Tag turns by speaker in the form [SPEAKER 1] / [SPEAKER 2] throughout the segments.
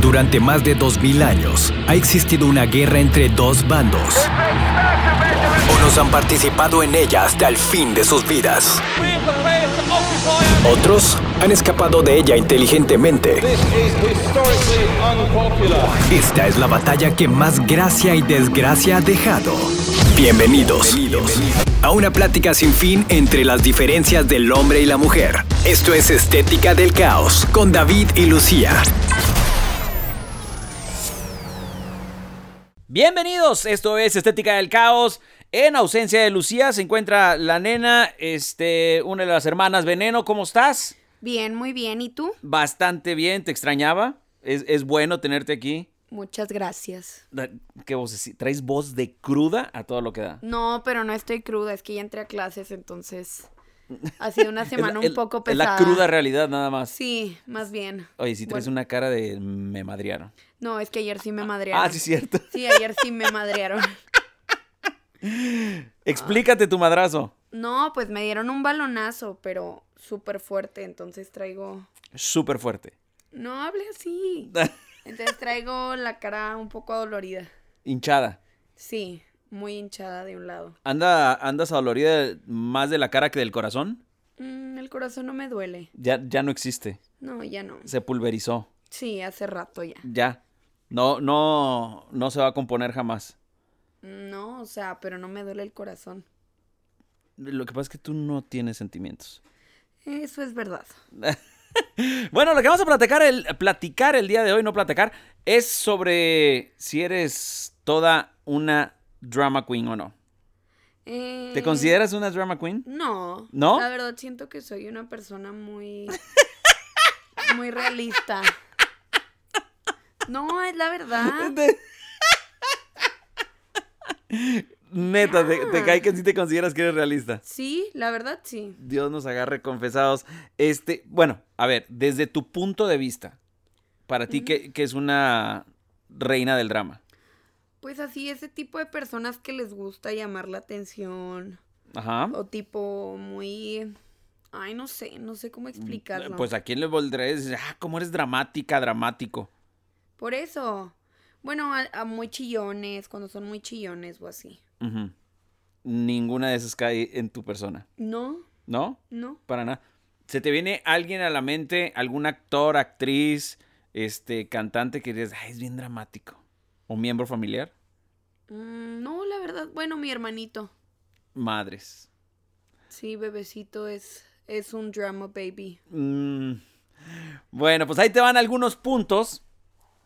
[SPEAKER 1] Durante más de 2.000 años ha existido una guerra entre dos bandos. Unos han participado en ella hasta el fin de sus vidas. Otros han escapado de ella inteligentemente. Esta es la batalla que más gracia y desgracia ha dejado. Bienvenidos, a una plática sin fin entre las diferencias del hombre y la mujer. Esto es Estética del Caos con David y Lucía.
[SPEAKER 2] Bienvenidos, esto es Estética del Caos. En ausencia de Lucía se encuentra la nena, este, una de las hermanas Veneno. ¿Cómo estás?
[SPEAKER 3] Bien, muy bien. ¿Y tú?
[SPEAKER 2] Bastante bien, te extrañaba. Es, es bueno tenerte aquí.
[SPEAKER 3] Muchas gracias.
[SPEAKER 2] Da- ¿Qué voz? ¿Traes voz de cruda a todo lo que da?
[SPEAKER 3] No, pero no estoy cruda, es que ya entré a clases, entonces ha sido una
[SPEAKER 2] Es la-
[SPEAKER 3] semana
[SPEAKER 2] es-
[SPEAKER 3] un poco
[SPEAKER 2] Es
[SPEAKER 3] pesada.
[SPEAKER 2] la cruda realidad nada más.
[SPEAKER 3] Sí, más bien.
[SPEAKER 2] Oye, si traes
[SPEAKER 3] Bueno,
[SPEAKER 2] una cara de me madrearon.
[SPEAKER 3] No, es que ayer sí me madrearon.
[SPEAKER 2] Ah, sí, cierto.
[SPEAKER 3] Sí, ayer sí me madrearon.
[SPEAKER 2] Explícate tu madrazo.
[SPEAKER 3] No, pues me dieron un balonazo, pero súper fuerte, entonces traigo...
[SPEAKER 2] Súper fuerte.
[SPEAKER 3] No hable así. Entonces traigo la cara un poco adolorida.
[SPEAKER 2] Hinchada.
[SPEAKER 3] Sí, muy hinchada de un lado.
[SPEAKER 2] Anda, andas dolorida más de la cara que del corazón.
[SPEAKER 3] Mm, el corazón no me duele.
[SPEAKER 2] Ya, ya no existe.
[SPEAKER 3] No, ya no.
[SPEAKER 2] Se pulverizó.
[SPEAKER 3] Sí, hace rato ya.
[SPEAKER 2] Ya. No, no, no se va a componer jamás.
[SPEAKER 3] No, o sea, pero no me duele el corazón.
[SPEAKER 2] Lo que pasa es que tú no tienes sentimientos.
[SPEAKER 3] Eso es verdad.
[SPEAKER 2] Bueno, lo que vamos a platicar el, platicar el día de hoy, no platicar, es sobre si eres toda una drama queen o no.
[SPEAKER 3] Eh,
[SPEAKER 2] ¿Te consideras una drama queen?
[SPEAKER 3] No.
[SPEAKER 2] ¿No?
[SPEAKER 3] La verdad siento que soy una persona muy... muy realista. No, es la verdad.
[SPEAKER 2] Neta, te, te
[SPEAKER 3] Ya.
[SPEAKER 2] cae que si te consideras que eres realista.
[SPEAKER 3] Sí, la verdad sí.
[SPEAKER 2] Dios nos agarre confesados. Este, bueno, a ver, desde tu punto de vista, para ti, ¿qué, qué es una reina del drama?
[SPEAKER 3] Pues así, ese tipo de personas que les gusta llamar la atención.
[SPEAKER 2] Ajá.
[SPEAKER 3] O tipo muy... Ay, no sé, no sé cómo explicarlo.
[SPEAKER 2] Pues a quién le volveré a decir, ah, cómo eres dramática, dramático.
[SPEAKER 3] Por eso. Bueno, a- a muy chillones, cuando son muy chillones o así.
[SPEAKER 2] Ujú. Ninguna de esas cae en tu persona,
[SPEAKER 3] No,
[SPEAKER 2] ¿no?
[SPEAKER 3] no.
[SPEAKER 2] Para nada. ¿Se te viene alguien a la mente, algún actor, actriz, este, cantante que dirías, ay, es bien dramático? ¿O miembro familiar?
[SPEAKER 3] Mm, No, la verdad, bueno, mi hermanito.
[SPEAKER 2] Madres.
[SPEAKER 3] Sí, bebecito es, es un drama baby.
[SPEAKER 2] Mm, Bueno, pues ahí te van algunos puntos.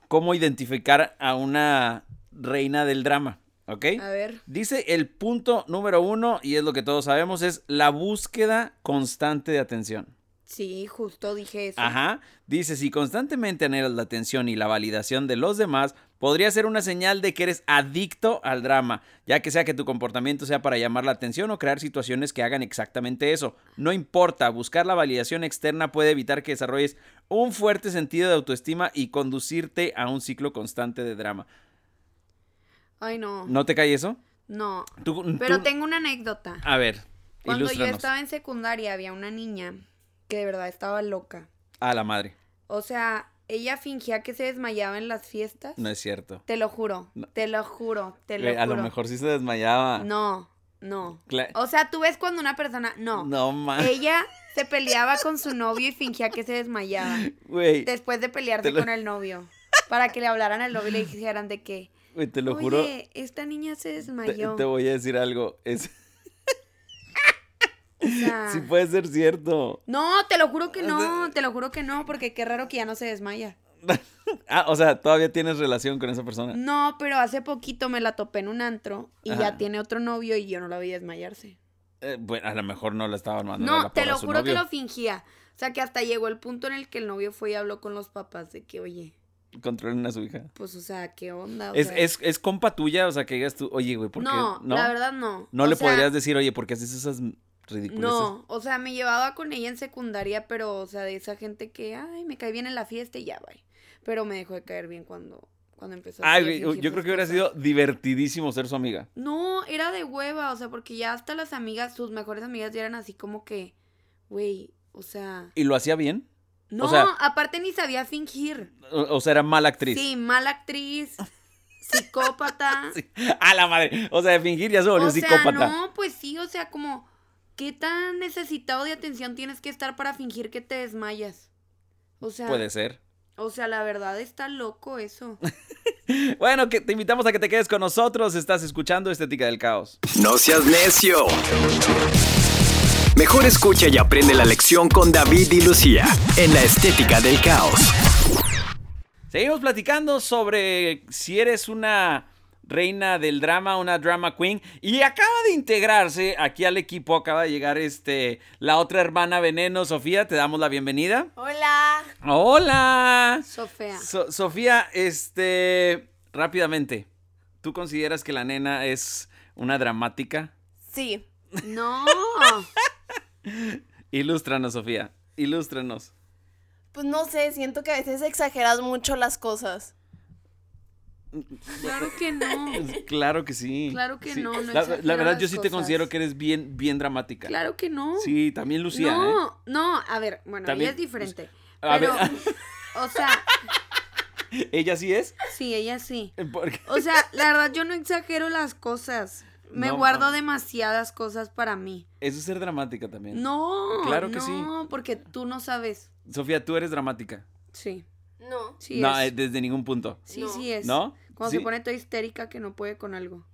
[SPEAKER 2] Cómo identificar a una reina del drama, ¿ok?
[SPEAKER 3] A ver,
[SPEAKER 2] Dice el punto número uno, y es lo que todos sabemos, es la búsqueda constante de atención.
[SPEAKER 3] sí, justo dije eso.
[SPEAKER 2] Ajá. Dice, si constantemente anhelas la atención y la validación de los demás, podría ser una señal de que eres adicto al drama, ya que sea que tu comportamiento sea para llamar la atención o crear situaciones que hagan exactamente eso. No importa, buscar la validación externa puede evitar que desarrolles un fuerte sentido de autoestima y conducirte a un ciclo constante de drama.
[SPEAKER 3] Ay, no, no.
[SPEAKER 2] ¿No te cae eso? Tú-
[SPEAKER 3] Pero
[SPEAKER 2] tú-
[SPEAKER 3] tengo una anécdota.
[SPEAKER 2] A ver,
[SPEAKER 3] Cuando yo
[SPEAKER 2] ilústranos.
[SPEAKER 3] estaba en secundaria había una niña que de verdad estaba loca.
[SPEAKER 2] A la madre.
[SPEAKER 3] O sea, ella fingía que se desmayaba en las fiestas.
[SPEAKER 2] No es cierto.
[SPEAKER 3] Te lo juro,
[SPEAKER 2] No.
[SPEAKER 3] te lo juro, te lo
[SPEAKER 2] Güey,
[SPEAKER 3] juro.
[SPEAKER 2] a lo mejor sí se desmayaba.
[SPEAKER 3] No, no.
[SPEAKER 2] Cla-
[SPEAKER 3] O sea, tú ves cuando una persona... oh, No.
[SPEAKER 2] No, man.
[SPEAKER 3] Ella se peleaba con su novio y fingía que se desmayaba.
[SPEAKER 2] Güey,
[SPEAKER 3] después de pelearse
[SPEAKER 2] Te lo-
[SPEAKER 3] con el novio. Para que le hablaran al novio y le dijeran de que,
[SPEAKER 2] güey, te lo
[SPEAKER 3] oye,
[SPEAKER 2] juro.
[SPEAKER 3] esta niña se
[SPEAKER 2] Te,
[SPEAKER 3] desmayó.
[SPEAKER 2] te voy a decir algo. Es,
[SPEAKER 3] O sea,
[SPEAKER 2] Sí puede ser cierto.
[SPEAKER 3] No, te lo juro que no, te lo juro que no, porque qué raro que ya no se desmaya.
[SPEAKER 2] Ah, o sea, todavía tienes relación con esa persona.
[SPEAKER 3] No, pero hace poquito me la topé en un antro y
[SPEAKER 2] Ajá.
[SPEAKER 3] ya tiene otro novio y yo no la vi desmayarse.
[SPEAKER 2] Eh, bueno, a lo mejor Ah, no la estaban mandando.
[SPEAKER 3] No, te lo juro que lo fingía. O sea, que hasta llegó el punto en el que el novio fue y habló con los papás de que, oye,
[SPEAKER 2] Controlen a su hija.
[SPEAKER 3] pues, o sea, ¿qué onda? O
[SPEAKER 2] Es,
[SPEAKER 3] sea,
[SPEAKER 2] es, es compa tuya, o sea, que digas tú, oye, güey, ¿por qué?
[SPEAKER 3] no, la verdad no.
[SPEAKER 2] No
[SPEAKER 3] O
[SPEAKER 2] le
[SPEAKER 3] sea,
[SPEAKER 2] podrías decir, oye, ¿por qué haces esas ridiculeces?
[SPEAKER 3] No, o sea, me llevaba con ella en secundaria, pero, o sea, de esa gente que, ay, me cae bien en la fiesta y ya, bye. Pero me dejó de caer bien cuando, cuando empezó.
[SPEAKER 2] Ay,
[SPEAKER 3] así a
[SPEAKER 2] güey, yo
[SPEAKER 3] fingir
[SPEAKER 2] creo que
[SPEAKER 3] sus
[SPEAKER 2] hubiera
[SPEAKER 3] cosas.
[SPEAKER 2] sido divertidísimo ser su amiga.
[SPEAKER 3] No, era de hueva, o sea, porque ya hasta las amigas, sus mejores amigas ya eran así como que, güey, o sea,
[SPEAKER 2] ¿Y lo hacía bien?
[SPEAKER 3] No,
[SPEAKER 2] O sea-
[SPEAKER 3] aparte ni sabía fingir.
[SPEAKER 2] O, o sea, era mala actriz.
[SPEAKER 3] Sí, mala actriz, psicópata.
[SPEAKER 2] Sí. A la madre. O sea, de fingir ya se volvió
[SPEAKER 3] o sea,
[SPEAKER 2] psicópata.
[SPEAKER 3] no, pues sí, o sea, como, ¿qué tan necesitado de atención tienes que estar para fingir que te desmayas? O sea,
[SPEAKER 2] Puede ser.
[SPEAKER 3] o sea, la verdad está loco eso.
[SPEAKER 2] Bueno, que te invitamos a que te quedes con nosotros. Estás escuchando Estética del Caos.
[SPEAKER 1] No seas necio. Mejor escucha y aprende la lección con David y Lucía en la estética del caos.
[SPEAKER 2] Seguimos platicando sobre si eres una reina del drama, una drama queen. Y acaba de integrarse aquí al equipo, acaba de llegar este, la otra hermana veneno, Sofía. Te damos la bienvenida.
[SPEAKER 4] Hola.
[SPEAKER 2] Hola.
[SPEAKER 3] Sofía.
[SPEAKER 2] So- Sofía, este, rápidamente, ¿tú consideras que la nena es una dramática?
[SPEAKER 4] Sí.
[SPEAKER 3] No.
[SPEAKER 2] Ilústranos, Sofía, ilústranos.
[SPEAKER 4] Pues no sé, siento que a veces exageras mucho las cosas.
[SPEAKER 3] Claro que no.
[SPEAKER 2] Claro que sí.
[SPEAKER 3] Claro que
[SPEAKER 2] Sí.
[SPEAKER 3] no, no
[SPEAKER 2] La- la,
[SPEAKER 3] exagera
[SPEAKER 2] verdad,
[SPEAKER 3] las
[SPEAKER 2] yo sí te
[SPEAKER 3] cosas.
[SPEAKER 2] considero que eres bien, bien dramática.
[SPEAKER 3] Claro que no.
[SPEAKER 2] Sí, también Lucía, ¿eh?
[SPEAKER 3] no, no, a ver, bueno,
[SPEAKER 2] También- pues,
[SPEAKER 3] ella es diferente.
[SPEAKER 2] A
[SPEAKER 3] pero,
[SPEAKER 2] ver.
[SPEAKER 3] o sea,
[SPEAKER 2] ¿eh? ¿Ella sí es?
[SPEAKER 3] sí, ella sí.
[SPEAKER 2] Porque-
[SPEAKER 3] O sea, la verdad, yo no exagero las cosas. Me
[SPEAKER 2] No,
[SPEAKER 3] guardo
[SPEAKER 2] no.
[SPEAKER 3] demasiadas cosas para mí.
[SPEAKER 2] Eso es ser dramática también.
[SPEAKER 3] No,
[SPEAKER 2] Claro que
[SPEAKER 3] no,
[SPEAKER 2] sí.
[SPEAKER 3] porque tú no sabes.
[SPEAKER 2] Sofía, tú eres dramática.
[SPEAKER 3] Sí,
[SPEAKER 4] No.
[SPEAKER 3] sí
[SPEAKER 2] no,
[SPEAKER 3] es.
[SPEAKER 2] eh, desde ningún punto.
[SPEAKER 3] sí,
[SPEAKER 4] no.
[SPEAKER 3] sí es.
[SPEAKER 2] ¿No?
[SPEAKER 3] Cuando
[SPEAKER 2] Sí.
[SPEAKER 3] se pone toda histérica que no puede con algo.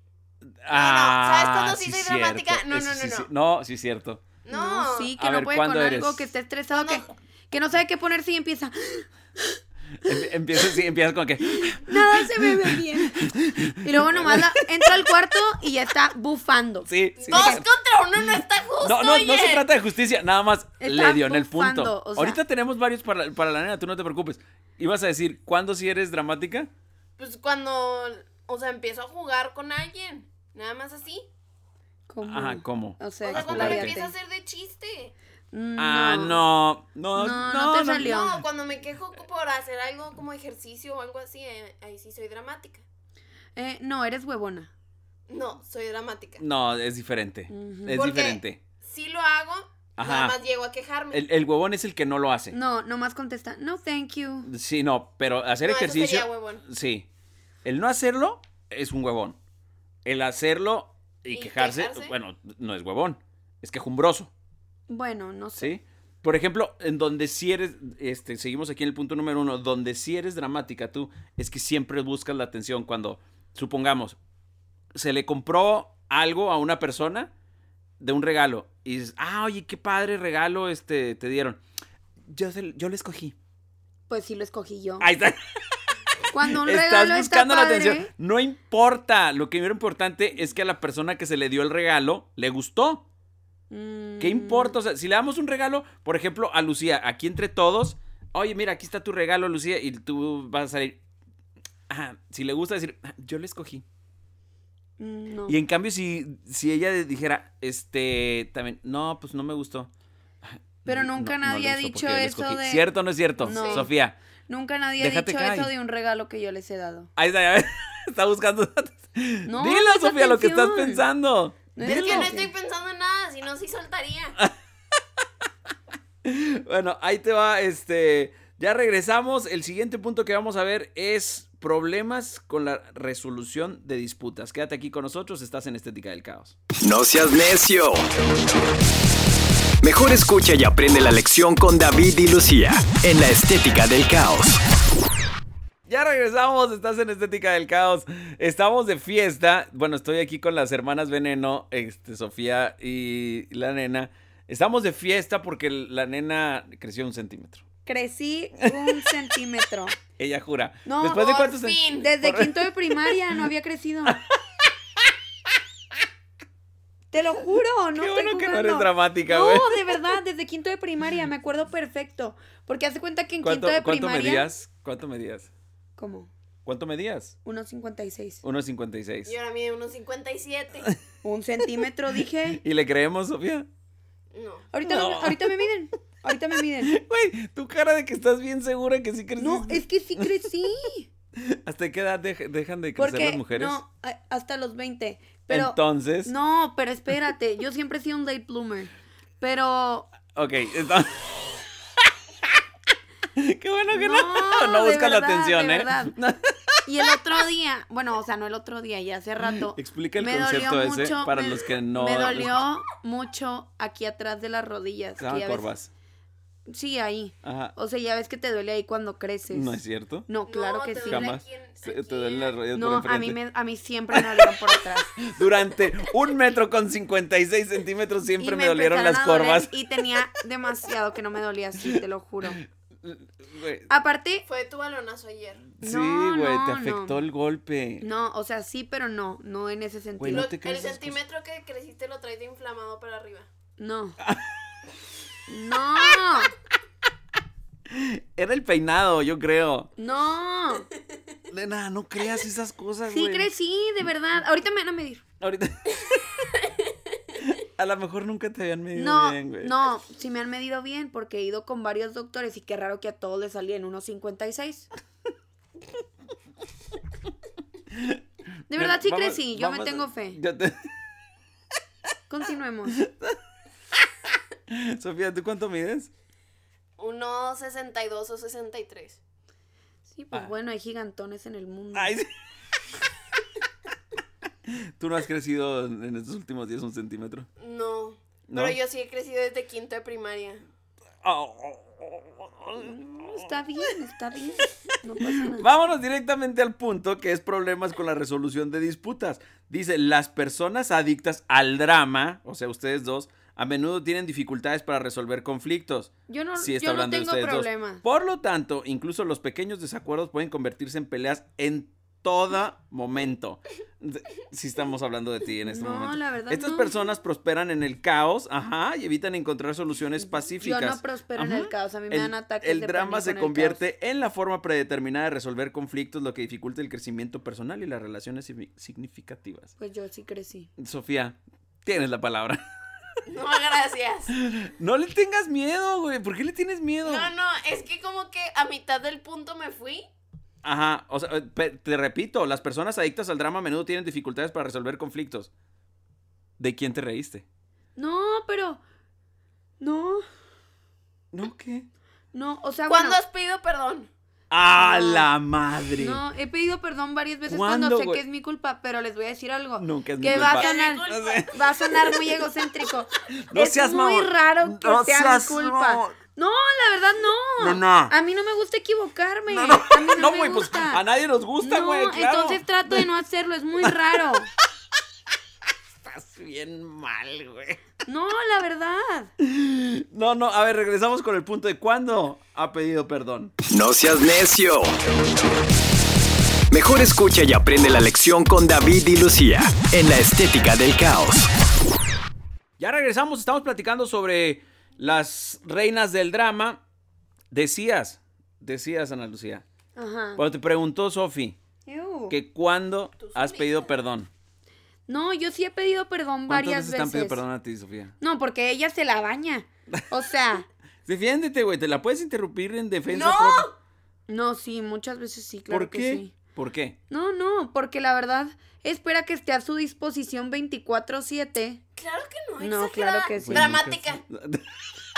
[SPEAKER 4] ¿sabes
[SPEAKER 2] Ah,
[SPEAKER 4] cuándo sí soy
[SPEAKER 2] cierto.
[SPEAKER 4] dramática? No,
[SPEAKER 2] Eso
[SPEAKER 4] no, no,
[SPEAKER 2] sí,
[SPEAKER 4] no.
[SPEAKER 2] sí. No, sí es cierto.
[SPEAKER 4] No.
[SPEAKER 3] sí,
[SPEAKER 2] A
[SPEAKER 3] que no
[SPEAKER 2] ver,
[SPEAKER 3] puede
[SPEAKER 2] ¿cuándo
[SPEAKER 3] con
[SPEAKER 2] eres?
[SPEAKER 3] algo, que está estresado,
[SPEAKER 4] No, no.
[SPEAKER 3] Que, que no sabe qué ponerse y empieza.
[SPEAKER 2] Em- Empiezas, sí, empiezas con que...
[SPEAKER 3] Nada se me ve bien. Y luego nomás la- entra al cuarto y ya está bufando.
[SPEAKER 2] Sí, sí.
[SPEAKER 4] Dos contra uno no está justo.
[SPEAKER 2] No, no, no
[SPEAKER 4] oye.
[SPEAKER 2] se trata de justicia, nada más
[SPEAKER 3] Está
[SPEAKER 2] le dio en el
[SPEAKER 3] bufando,
[SPEAKER 2] punto.
[SPEAKER 3] o sea.
[SPEAKER 2] Ahorita tenemos varios para, para la nena, tú no te preocupes. Ibas a decir, ¿cuándo si eres dramática?
[SPEAKER 4] Pues cuando, o sea, empiezo a jugar con alguien. Nada más así.
[SPEAKER 3] ¿Cómo?
[SPEAKER 2] Ajá, ¿cómo?
[SPEAKER 3] O
[SPEAKER 4] O
[SPEAKER 3] sea, Mm,
[SPEAKER 4] sea,
[SPEAKER 2] A
[SPEAKER 4] cuando
[SPEAKER 2] jugar,
[SPEAKER 4] me
[SPEAKER 2] ¿qué?
[SPEAKER 4] empieza a
[SPEAKER 3] explícate.
[SPEAKER 4] hacer de chiste.
[SPEAKER 2] Ah, no. No, no,
[SPEAKER 3] No, no te salió.
[SPEAKER 4] No, cuando me quejo por hacer algo como ejercicio o algo así, eh, ahí sí soy dramática.
[SPEAKER 3] Eh, no, eres huevona.
[SPEAKER 4] No, soy dramática.
[SPEAKER 2] No, es diferente.
[SPEAKER 3] Ujú.
[SPEAKER 2] Es
[SPEAKER 4] Porque
[SPEAKER 2] diferente.
[SPEAKER 4] Sí lo hago,
[SPEAKER 2] Ajá.
[SPEAKER 4] nada más llego a quejarme.
[SPEAKER 2] El, el huevón es el que no lo hace.
[SPEAKER 3] No, nomás contesta, no, thank you.
[SPEAKER 2] Sí, no, pero hacer
[SPEAKER 4] No, eso
[SPEAKER 2] ejercicio.
[SPEAKER 4] sería huevón.
[SPEAKER 2] Sí. El no hacerlo es un huevón. El hacerlo y,
[SPEAKER 4] Y
[SPEAKER 2] quejarse,
[SPEAKER 4] quejarse.
[SPEAKER 2] bueno, no es huevón. Es quejumbroso.
[SPEAKER 3] Bueno, no sé.
[SPEAKER 2] ¿sí? Por ejemplo, en donde si eres, este, seguimos aquí en el punto número uno, donde si eres dramática tú, es que siempre buscas la atención cuando, supongamos, se le compró algo a una persona de un regalo y dices, ah, oye, qué padre regalo este, te dieron. Yo, se- yo lo escogí.
[SPEAKER 3] Pues sí lo escogí yo.
[SPEAKER 2] Ahí está.
[SPEAKER 3] Cuando un
[SPEAKER 2] Estás
[SPEAKER 3] regalo
[SPEAKER 2] buscando
[SPEAKER 3] está
[SPEAKER 2] la
[SPEAKER 3] padre,
[SPEAKER 2] atención. No importa. Lo que era importante es que a la persona que se le dio el regalo le gustó. ¿Qué
[SPEAKER 3] mm,
[SPEAKER 2] importa? O sea, si le damos un regalo, por ejemplo, a Lucía, aquí entre todos, oye, mira, aquí está tu regalo, Lucía, y tú vas a salir. Ajá, si le gusta decir, "Ah, yo le escogí.
[SPEAKER 3] mm, No.
[SPEAKER 2] Y en cambio, si, si ella dijera, este, también, no, pues no me gustó.
[SPEAKER 3] Pero
[SPEAKER 2] No,
[SPEAKER 3] nunca
[SPEAKER 2] no le
[SPEAKER 3] nadie ha
[SPEAKER 2] gustó
[SPEAKER 3] dicho
[SPEAKER 2] porque yo le
[SPEAKER 3] eso
[SPEAKER 2] escogí".
[SPEAKER 3] de-
[SPEAKER 2] ¿Cierto o no es cierto?
[SPEAKER 3] No.
[SPEAKER 2] Sofía.
[SPEAKER 3] Nunca nadie ha
[SPEAKER 2] Déjate
[SPEAKER 3] dicho
[SPEAKER 2] caer.
[SPEAKER 3] eso de un regalo que yo les he dado.
[SPEAKER 2] Ahí está, ya ves, está buscando.
[SPEAKER 3] No,
[SPEAKER 2] Dile,
[SPEAKER 3] no es
[SPEAKER 2] Sofía, lo que estás
[SPEAKER 3] atención.
[SPEAKER 2] pensando.
[SPEAKER 3] No
[SPEAKER 4] Es que
[SPEAKER 3] como
[SPEAKER 4] no estoy pensando en nada, si no, sí soltaría.
[SPEAKER 2] Bueno, ahí te va, este, ya regresamos. El siguiente punto que vamos a ver es problemas con la resolución de disputas. Quédate aquí con nosotros, estás en Estética del Caos.
[SPEAKER 1] No seas necio. Mejor escucha y aprende la lección con David y Lucía en la estética del caos.
[SPEAKER 2] Ya regresamos, estás en Estética del Caos. Estamos de fiesta. Bueno, estoy aquí con las hermanas Veneno, este, Sofía y la nena. Estamos de fiesta porque la nena creció un centímetro.
[SPEAKER 3] Crecí un centímetro.
[SPEAKER 2] Ella jura.
[SPEAKER 3] No,
[SPEAKER 2] Después de
[SPEAKER 4] por
[SPEAKER 2] cuántos años-
[SPEAKER 4] fin.
[SPEAKER 3] Desde
[SPEAKER 2] Por-
[SPEAKER 3] quinto de primaria no había crecido. Te lo juro, no
[SPEAKER 2] Qué
[SPEAKER 3] estoy
[SPEAKER 2] bueno que no
[SPEAKER 3] jugando.
[SPEAKER 2] eres dramática,
[SPEAKER 3] No,
[SPEAKER 2] güey.
[SPEAKER 3] de verdad, desde quinto de primaria, me acuerdo perfecto. Porque hace cuenta que en
[SPEAKER 2] ¿Cuánto,
[SPEAKER 3] quinto de
[SPEAKER 2] ¿Cuánto
[SPEAKER 3] primaria.
[SPEAKER 2] medías? ¿Cuánto medías?
[SPEAKER 3] ¿Cómo?
[SPEAKER 2] ¿Cuánto medías?
[SPEAKER 3] 1,56.
[SPEAKER 2] 1.56.
[SPEAKER 4] Y ahora mide unos 57.
[SPEAKER 3] Un centímetro, dije.
[SPEAKER 2] ¿Y le creemos, Sofía?
[SPEAKER 4] No.
[SPEAKER 3] Ahorita,
[SPEAKER 2] No.
[SPEAKER 3] me- ahorita me miden. Ahorita me miden.
[SPEAKER 2] Güey, tu cara de que estás bien segura que sí creciste.
[SPEAKER 3] No, es que sí crecí.
[SPEAKER 2] ¿Hasta qué edad dej- dejan de crecer
[SPEAKER 3] Porque.
[SPEAKER 2] las mujeres?
[SPEAKER 3] No, a- hasta los 20. Pero.
[SPEAKER 2] entonces,
[SPEAKER 3] No, pero espérate. Yo siempre he sido un late bloomer. Pero.
[SPEAKER 2] ok, entonces- Qué bueno que no, no,
[SPEAKER 3] de
[SPEAKER 2] buscas la
[SPEAKER 3] verdad,
[SPEAKER 2] atención,
[SPEAKER 3] de
[SPEAKER 2] ¿eh?
[SPEAKER 3] verdad. Y el otro día, bueno, o sea, no el otro día, ya hace rato.
[SPEAKER 2] Explica el concepto ese para los que no-
[SPEAKER 3] Me dolió mucho aquí atrás de las rodillas.
[SPEAKER 2] Se llama
[SPEAKER 3] que ya ves-
[SPEAKER 2] Ah, corvas.
[SPEAKER 3] sí, ahí.
[SPEAKER 2] Ajá.
[SPEAKER 3] O sea, ya ves que te duele ahí cuando creces.
[SPEAKER 2] ¿No es cierto?
[SPEAKER 3] Oh, No, claro
[SPEAKER 4] No,
[SPEAKER 3] que
[SPEAKER 4] te
[SPEAKER 3] sí.
[SPEAKER 4] duele
[SPEAKER 2] Jamás.
[SPEAKER 4] aquí en-
[SPEAKER 2] Se-
[SPEAKER 4] aquí
[SPEAKER 2] te duelen las rodillas
[SPEAKER 3] No,
[SPEAKER 2] por
[SPEAKER 3] a mí,
[SPEAKER 2] enfrente.
[SPEAKER 3] me- a mí siempre me dolieron por atrás.
[SPEAKER 2] Durante un metro con 56 centímetros siempre
[SPEAKER 3] Y
[SPEAKER 2] me, dolieron las
[SPEAKER 3] empezaron a doler
[SPEAKER 2] corvas.
[SPEAKER 3] Y tenía demasiado que no me dolía así, te lo juro.
[SPEAKER 2] Güey,
[SPEAKER 3] Aparte,
[SPEAKER 4] Fue tu balonazo ayer.
[SPEAKER 2] Sí,
[SPEAKER 3] No,
[SPEAKER 2] güey, te
[SPEAKER 3] no,
[SPEAKER 2] afectó
[SPEAKER 3] no.
[SPEAKER 2] el golpe.
[SPEAKER 3] no, o sea, sí, pero no, no en ese
[SPEAKER 2] Güey,
[SPEAKER 3] sentido.
[SPEAKER 2] no
[SPEAKER 4] Lo-
[SPEAKER 2] te creas
[SPEAKER 4] el
[SPEAKER 2] esas cosas.
[SPEAKER 4] centímetro que creciste lo traes de inflamado para arriba.
[SPEAKER 3] No. No,
[SPEAKER 2] Era el peinado, yo creo.
[SPEAKER 3] no.
[SPEAKER 2] Nena, no creas esas cosas,
[SPEAKER 3] Sí
[SPEAKER 2] güey.
[SPEAKER 3] crecí, de verdad. Ahorita me van a medir.
[SPEAKER 2] Ahorita. A lo mejor nunca te habían medido
[SPEAKER 3] No,
[SPEAKER 2] bien, güey.
[SPEAKER 3] no, si me han medido bien porque he ido con varios doctores y qué raro que a todos les salían unos 56. De verdad sí
[SPEAKER 2] Vamos-
[SPEAKER 3] crecí, yo me
[SPEAKER 2] vamos a-
[SPEAKER 3] tengo fe.
[SPEAKER 2] yo te-
[SPEAKER 3] Continuemos.
[SPEAKER 2] Sofía, ¿tú cuánto mides?
[SPEAKER 4] Uno 62 o 63.
[SPEAKER 3] Sí, pues
[SPEAKER 2] Ah.
[SPEAKER 3] bueno, hay gigantones en el mundo.
[SPEAKER 2] Ay, sí. Tú no has crecido en estos últimos días un centímetro.
[SPEAKER 4] No.
[SPEAKER 2] ¿No? Oh.
[SPEAKER 4] Pero yo sí he crecido desde quinto de primaria.
[SPEAKER 3] No, Está bien, está bien. No pasa nada.
[SPEAKER 2] Vámonos directamente al punto que es problemas con la resolución de disputas. Dice, las personas adictas al drama, o sea, ustedes dos, a menudo tienen dificultades para resolver conflictos.
[SPEAKER 3] Yo no,
[SPEAKER 2] Sí, está
[SPEAKER 3] yo no
[SPEAKER 2] hablando
[SPEAKER 3] tengo
[SPEAKER 2] de ustedes
[SPEAKER 3] problema.
[SPEAKER 2] dos. Por lo tanto, incluso los pequeños desacuerdos pueden convertirse en peleas en todo momento. Si estamos hablando de ti en este
[SPEAKER 3] No,
[SPEAKER 2] momento.
[SPEAKER 3] la verdad,
[SPEAKER 2] Estas
[SPEAKER 3] no.
[SPEAKER 2] personas prosperan en el caos, ajá, y evitan encontrar soluciones pacíficas.
[SPEAKER 3] Yo no prospero en
[SPEAKER 2] Ajá.
[SPEAKER 3] el caos, a mí me
[SPEAKER 2] El-
[SPEAKER 3] dan ataques
[SPEAKER 2] El
[SPEAKER 3] de
[SPEAKER 2] drama
[SPEAKER 3] pánico
[SPEAKER 2] se
[SPEAKER 3] en el
[SPEAKER 2] convierte en la forma predeterminada de resolver conflictos, lo que dificulta el crecimiento personal y las relaciones signi- significativas.
[SPEAKER 3] caos. Pues yo sí crecí.
[SPEAKER 2] Sofía, tienes la palabra.
[SPEAKER 4] No, gracias.
[SPEAKER 2] No le tengas miedo, güey. ¿Por qué le tienes miedo?
[SPEAKER 4] No, no, es que como que a mitad del punto me fui.
[SPEAKER 2] Ajá, o sea, pe- te repito, las personas adictas al drama a menudo tienen dificultades para resolver conflictos. ¿De quién te reíste?
[SPEAKER 3] No, pero no,
[SPEAKER 2] ¿No qué?
[SPEAKER 3] no, o sea, Ah,
[SPEAKER 4] ¿Cuándo
[SPEAKER 3] bueno,
[SPEAKER 4] has pedido perdón?
[SPEAKER 2] ¡A
[SPEAKER 3] No.
[SPEAKER 2] ¡Ah, la madre!
[SPEAKER 3] no, he pedido perdón varias veces
[SPEAKER 2] ¿Cuándo,
[SPEAKER 3] cuando sé
[SPEAKER 2] güey?
[SPEAKER 3] que es mi culpa, pero les voy a decir algo.
[SPEAKER 2] Nunca es mi
[SPEAKER 3] que
[SPEAKER 2] culpa.
[SPEAKER 3] va a sonar,
[SPEAKER 4] Es mi
[SPEAKER 3] va a sonar muy egocéntrico.
[SPEAKER 2] No
[SPEAKER 3] es
[SPEAKER 2] seas
[SPEAKER 3] muy
[SPEAKER 2] mamón.
[SPEAKER 3] raro que
[SPEAKER 2] No
[SPEAKER 3] sea
[SPEAKER 2] seas
[SPEAKER 3] mi culpa.
[SPEAKER 2] mamón.
[SPEAKER 3] No, la verdad no.
[SPEAKER 2] No, no.
[SPEAKER 3] A mí no me gusta equivocarme.
[SPEAKER 2] No, no,
[SPEAKER 3] a mí no,
[SPEAKER 2] no,
[SPEAKER 3] me
[SPEAKER 2] güey, pues,
[SPEAKER 3] gusta.
[SPEAKER 2] a nadie nos gusta,
[SPEAKER 3] No,
[SPEAKER 2] güey, claro.
[SPEAKER 3] entonces trato de no hacerlo, es muy raro.
[SPEAKER 2] Estás bien mal, güey.
[SPEAKER 3] No, la verdad.
[SPEAKER 2] No, no, a ver, regresamos con el punto de cuándo ha pedido perdón.
[SPEAKER 1] No seas necio. Mejor escucha y aprende la lección con David y Lucía en la estética del caos.
[SPEAKER 2] Ya regresamos, estamos platicando sobre las reinas del drama. Decías, decías, Ana Lucía.
[SPEAKER 3] Ajá.
[SPEAKER 2] Cuando te preguntó Sofi
[SPEAKER 3] Ew.
[SPEAKER 2] que cuándo has pedido perdón.
[SPEAKER 3] No, yo sí he pedido perdón
[SPEAKER 2] ¿Cuántas
[SPEAKER 3] varias
[SPEAKER 2] veces te
[SPEAKER 3] veces.
[SPEAKER 2] han pedido perdón a ti, Sofía?
[SPEAKER 3] No, porque ella se la baña. O sea,
[SPEAKER 2] Defiéndete, güey, te la puedes interrumpir en defensa
[SPEAKER 4] ¡No!
[SPEAKER 2] propia.
[SPEAKER 3] no, sí, muchas veces sí, claro
[SPEAKER 2] ¿Por
[SPEAKER 3] que
[SPEAKER 2] qué?
[SPEAKER 3] sí.
[SPEAKER 2] ¿Por qué?
[SPEAKER 3] No, no, porque la verdad espera que esté a su disposición 24/7.
[SPEAKER 4] Claro que no,
[SPEAKER 3] No,
[SPEAKER 4] exagerada.
[SPEAKER 3] claro que sí.
[SPEAKER 4] Dramática.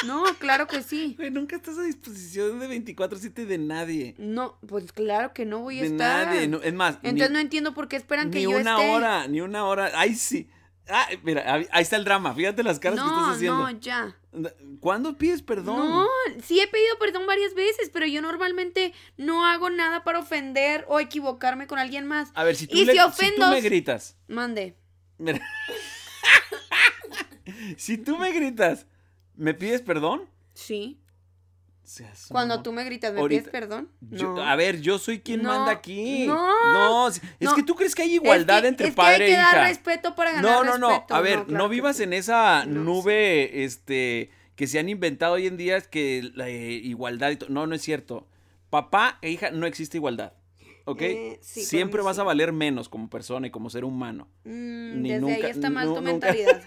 [SPEAKER 3] No, claro que sí.
[SPEAKER 2] Güey, nunca estás a disposición de 24-7 de nadie.
[SPEAKER 3] No, pues claro que no voy a
[SPEAKER 2] de
[SPEAKER 3] estar.
[SPEAKER 2] nadie. no- es más,
[SPEAKER 3] Entonces
[SPEAKER 2] ni-
[SPEAKER 3] no entiendo por qué esperan que
[SPEAKER 2] Ni
[SPEAKER 3] yo
[SPEAKER 2] una
[SPEAKER 3] esté.
[SPEAKER 2] hora, ni una hora. Ay, sí. Ah, mira, ahí- ahí está el drama. Fíjate las caras que estás
[SPEAKER 3] No,
[SPEAKER 2] haciendo.
[SPEAKER 3] no, ya.
[SPEAKER 2] ¿Cuándo pides perdón?
[SPEAKER 3] No, sí he pedido perdón varias veces, pero yo normalmente no hago nada para ofender o equivocarme con alguien más.
[SPEAKER 2] A ver, si tú,
[SPEAKER 3] Y
[SPEAKER 2] le-
[SPEAKER 3] si
[SPEAKER 2] si tú
[SPEAKER 3] ofendo-
[SPEAKER 2] me gritas.
[SPEAKER 3] Mande.
[SPEAKER 2] mira. si tú me gritas, ¿me pides perdón?
[SPEAKER 3] Sí.
[SPEAKER 2] Seas
[SPEAKER 3] Cuando
[SPEAKER 2] mamón.
[SPEAKER 3] tú me gritas, ¿me
[SPEAKER 2] Ahorita-
[SPEAKER 3] pides perdón?
[SPEAKER 2] Yo-
[SPEAKER 3] no.
[SPEAKER 2] a ver, yo soy quien
[SPEAKER 3] No,
[SPEAKER 2] manda aquí.
[SPEAKER 3] no,
[SPEAKER 2] No, si- es
[SPEAKER 3] no.
[SPEAKER 2] que tú crees que hay
[SPEAKER 3] Es
[SPEAKER 2] igualdad
[SPEAKER 3] que-
[SPEAKER 2] entre
[SPEAKER 3] es que
[SPEAKER 2] padre e
[SPEAKER 3] hay que dar
[SPEAKER 2] hija.
[SPEAKER 3] respeto para
[SPEAKER 2] no,
[SPEAKER 3] ganar
[SPEAKER 2] no, no.
[SPEAKER 3] respeto.
[SPEAKER 2] A ver, no,
[SPEAKER 3] claro que
[SPEAKER 2] vivas
[SPEAKER 3] sí.
[SPEAKER 2] en esa
[SPEAKER 3] No,
[SPEAKER 2] nube, este, que se han inventado hoy en día es que la eh, igualdad y todo. No, no es cierto. Papá e hija no existe igualdad. ¿Ok?
[SPEAKER 3] Eh, sí, para
[SPEAKER 2] Siempre
[SPEAKER 3] mí
[SPEAKER 2] vas
[SPEAKER 3] sí.
[SPEAKER 2] a valer menos como persona y como ser humano.
[SPEAKER 3] Mm,
[SPEAKER 2] Ni
[SPEAKER 3] desde
[SPEAKER 2] nunca-
[SPEAKER 3] ahí está mal
[SPEAKER 2] nu-
[SPEAKER 3] tu
[SPEAKER 2] nunca.
[SPEAKER 3] mentalidad.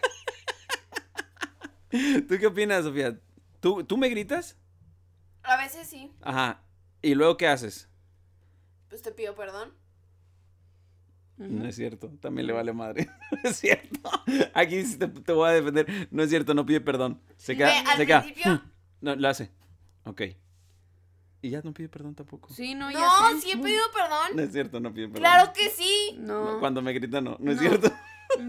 [SPEAKER 2] ¿Tú qué opinas, Sofía? ¿Tú, tú me gritas?
[SPEAKER 4] A veces sí,
[SPEAKER 2] Ajá. ¿Y luego qué haces?
[SPEAKER 4] pues te pido perdón.
[SPEAKER 2] No es cierto. También le vale madre. No es cierto. Aquí sí te, te voy a defender. No es cierto, no pide perdón. Se queda.
[SPEAKER 4] Ve, al
[SPEAKER 2] se queda.
[SPEAKER 4] principio-
[SPEAKER 2] No, lo hace. Ok. Y ya no pide perdón tampoco.
[SPEAKER 3] Sí, no, ya
[SPEAKER 4] No,
[SPEAKER 3] sé.
[SPEAKER 4] sí he pedido
[SPEAKER 2] No
[SPEAKER 4] perdón.
[SPEAKER 2] es cierto, no pide perdón.
[SPEAKER 4] Claro que sí.
[SPEAKER 3] No.
[SPEAKER 2] Cuando me grita, no. No es
[SPEAKER 3] No. pues,
[SPEAKER 2] cierto.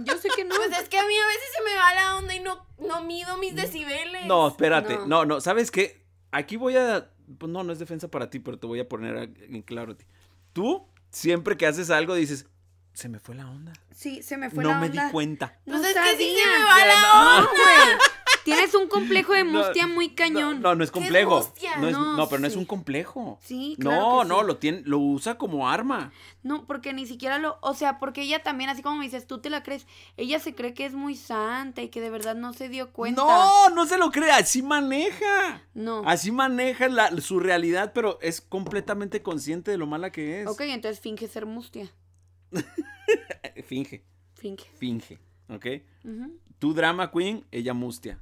[SPEAKER 3] Yo sé que no.
[SPEAKER 4] Pues es que a mí a veces se me va la onda y no, no mido mis decibeles.
[SPEAKER 2] No, espérate. No.
[SPEAKER 3] No.
[SPEAKER 2] no, ¿sabes qué? Aquí voy a. pues No, no es defensa para ti, pero te voy a poner a- en claro. a ti. Tú, siempre que haces algo, dices, se me fue la onda.
[SPEAKER 3] Sí, se me fue
[SPEAKER 2] No
[SPEAKER 3] la
[SPEAKER 2] me
[SPEAKER 3] onda.
[SPEAKER 2] di cuenta.
[SPEAKER 3] No
[SPEAKER 4] Pues es que sí se
[SPEAKER 3] sabía.
[SPEAKER 4] me va la
[SPEAKER 3] No, güey. Tienes un complejo de
[SPEAKER 2] No,
[SPEAKER 3] mustia muy cañón.
[SPEAKER 2] No, no es complejo.
[SPEAKER 4] angustia.
[SPEAKER 2] No, es-
[SPEAKER 3] No,
[SPEAKER 2] no, pero no es
[SPEAKER 3] sí.
[SPEAKER 2] un complejo.
[SPEAKER 3] Sí,
[SPEAKER 2] no,
[SPEAKER 3] claro que
[SPEAKER 2] no,
[SPEAKER 3] sí.
[SPEAKER 2] lo tiene, lo usa como arma.
[SPEAKER 3] No, porque ni siquiera lo, o sea, porque ella también, así como me dices, tú te la crees, ella se cree que es muy santa y que de verdad no se dio cuenta.
[SPEAKER 2] No, no se lo cree, así maneja.
[SPEAKER 3] No.
[SPEAKER 2] Así maneja la- su realidad, pero es completamente consciente de lo mala que es.
[SPEAKER 3] Ok, entonces finge ser mustia.
[SPEAKER 2] Eh, Finge,
[SPEAKER 3] Finge.
[SPEAKER 2] finge, ¿ok?
[SPEAKER 3] Ujú.
[SPEAKER 2] Tú drama queen, ella mustia.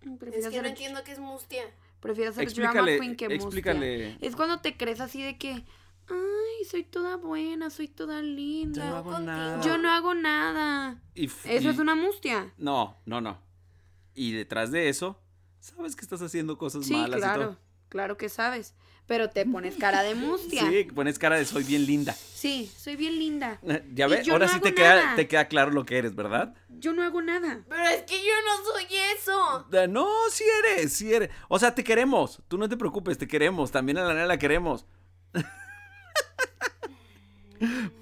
[SPEAKER 3] Prefiero
[SPEAKER 4] Es que
[SPEAKER 3] ser-
[SPEAKER 4] no entiendo qué es mustia.
[SPEAKER 3] Prefiero ser drama
[SPEAKER 2] Explícale,
[SPEAKER 3] queen que
[SPEAKER 2] explícale.
[SPEAKER 3] mustia. Es cuando te crees así de que, ay, soy toda buena, soy toda
[SPEAKER 2] Yo no
[SPEAKER 3] linda.
[SPEAKER 2] hago
[SPEAKER 4] contigo.
[SPEAKER 2] nada.
[SPEAKER 3] Yo no hago nada.
[SPEAKER 2] Y f-
[SPEAKER 3] Eso
[SPEAKER 2] y-
[SPEAKER 3] es una mustia.
[SPEAKER 2] No, no, no. Y detrás de eso, sabes que estás haciendo cosas
[SPEAKER 3] Sí,
[SPEAKER 2] malas y
[SPEAKER 3] claro,
[SPEAKER 2] todo.
[SPEAKER 3] claro que sabes. Pero te pones cara de mustia.
[SPEAKER 2] Sí, pones cara de soy bien linda.
[SPEAKER 3] Sí, soy bien linda.
[SPEAKER 2] Ya
[SPEAKER 3] Y
[SPEAKER 2] ves,
[SPEAKER 3] yo
[SPEAKER 2] ahora
[SPEAKER 3] no
[SPEAKER 2] sí
[SPEAKER 3] hago
[SPEAKER 2] te queda,
[SPEAKER 3] nada.
[SPEAKER 2] te queda claro lo que eres, ¿verdad?
[SPEAKER 3] Yo no hago nada.
[SPEAKER 4] Pero es que yo no soy eso.
[SPEAKER 2] Da- No, sí eres, sí eres. O sea, te queremos. Tú no te preocupes, te queremos. También a la nena la queremos.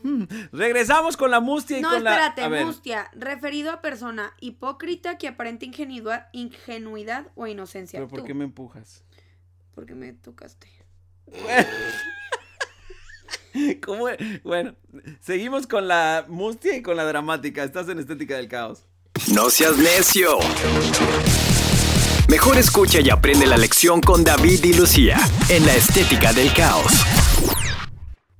[SPEAKER 2] Hmm, Regresamos con la mustia y
[SPEAKER 3] No,
[SPEAKER 2] con la.
[SPEAKER 3] espérate,
[SPEAKER 2] a ver,
[SPEAKER 3] mustia, referido a persona hipócrita que aparenta ingenidua- ingenuidad o inocencia.
[SPEAKER 2] ¿Pero por
[SPEAKER 3] Tú,
[SPEAKER 2] qué me empujas?
[SPEAKER 3] Porque me tocaste.
[SPEAKER 2] ¿Cómo e- Bueno, seguimos con la mustia y con la dramática. Estás en Estética del Caos.
[SPEAKER 1] No seas necio. Mejor escucha y aprende la lección con David y Lucía en la estética del caos.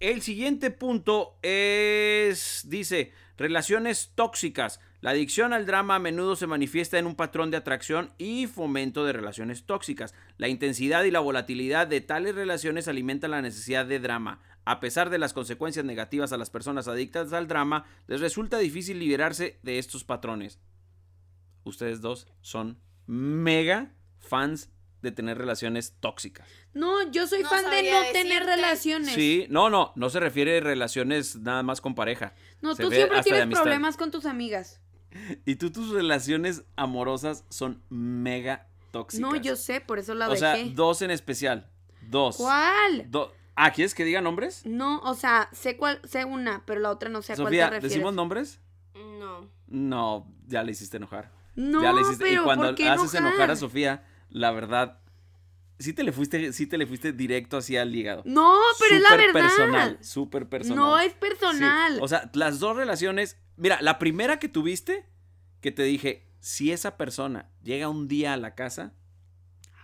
[SPEAKER 2] El siguiente punto es, dice, relaciones tóxicas. La adicción al drama a menudo se manifiesta en un patrón de atracción y fomento de relaciones tóxicas. La intensidad y la volatilidad de tales relaciones alimentan la necesidad de drama. A pesar de las consecuencias negativas a las personas adictas al drama, les resulta difícil liberarse de estos patrones. Ustedes dos son mega fans de tener relaciones tóxicas.
[SPEAKER 3] No, yo soy
[SPEAKER 4] No
[SPEAKER 3] fan de
[SPEAKER 4] sabría
[SPEAKER 3] no
[SPEAKER 4] decirte.
[SPEAKER 3] tener relaciones.
[SPEAKER 2] Sí, no, no, no se refiere a relaciones nada más con pareja.
[SPEAKER 3] No,
[SPEAKER 2] Se
[SPEAKER 3] tú
[SPEAKER 2] ve
[SPEAKER 3] siempre
[SPEAKER 2] hasta de
[SPEAKER 3] tienes
[SPEAKER 2] amistad.
[SPEAKER 3] problemas con tus amigas.
[SPEAKER 2] Y tú tus relaciones amorosas son mega tóxicas.
[SPEAKER 3] No, yo sé, por eso la
[SPEAKER 2] O sea,
[SPEAKER 3] dejé.
[SPEAKER 2] dos en especial. Dos.
[SPEAKER 3] ¿Cuál?
[SPEAKER 2] Do- ah, ¿quieres que diga nombres?
[SPEAKER 3] No, o sea, sé cuál, sé una, pero la otra no sé a cuál te
[SPEAKER 2] Sofía,
[SPEAKER 3] refieres.
[SPEAKER 2] ¿decimos nombres?
[SPEAKER 4] No.
[SPEAKER 2] No, ya le hiciste enojar.
[SPEAKER 3] No,
[SPEAKER 2] ya le hiciste.
[SPEAKER 3] pero
[SPEAKER 2] y cuando
[SPEAKER 3] ¿por qué
[SPEAKER 2] haces
[SPEAKER 3] enojar?
[SPEAKER 2] enojar a Sofía, la verdad, sí te le fuiste, sí te le fuiste directo hacia el hígado.
[SPEAKER 3] No, pero es la
[SPEAKER 2] Súper
[SPEAKER 3] verdad.
[SPEAKER 2] personal, súper personal.
[SPEAKER 3] No es
[SPEAKER 2] Sí,
[SPEAKER 3] personal.
[SPEAKER 2] O sea, las dos relaciones. Mira, la primera que tuviste, que te dije, si esa persona llega un día a la casa,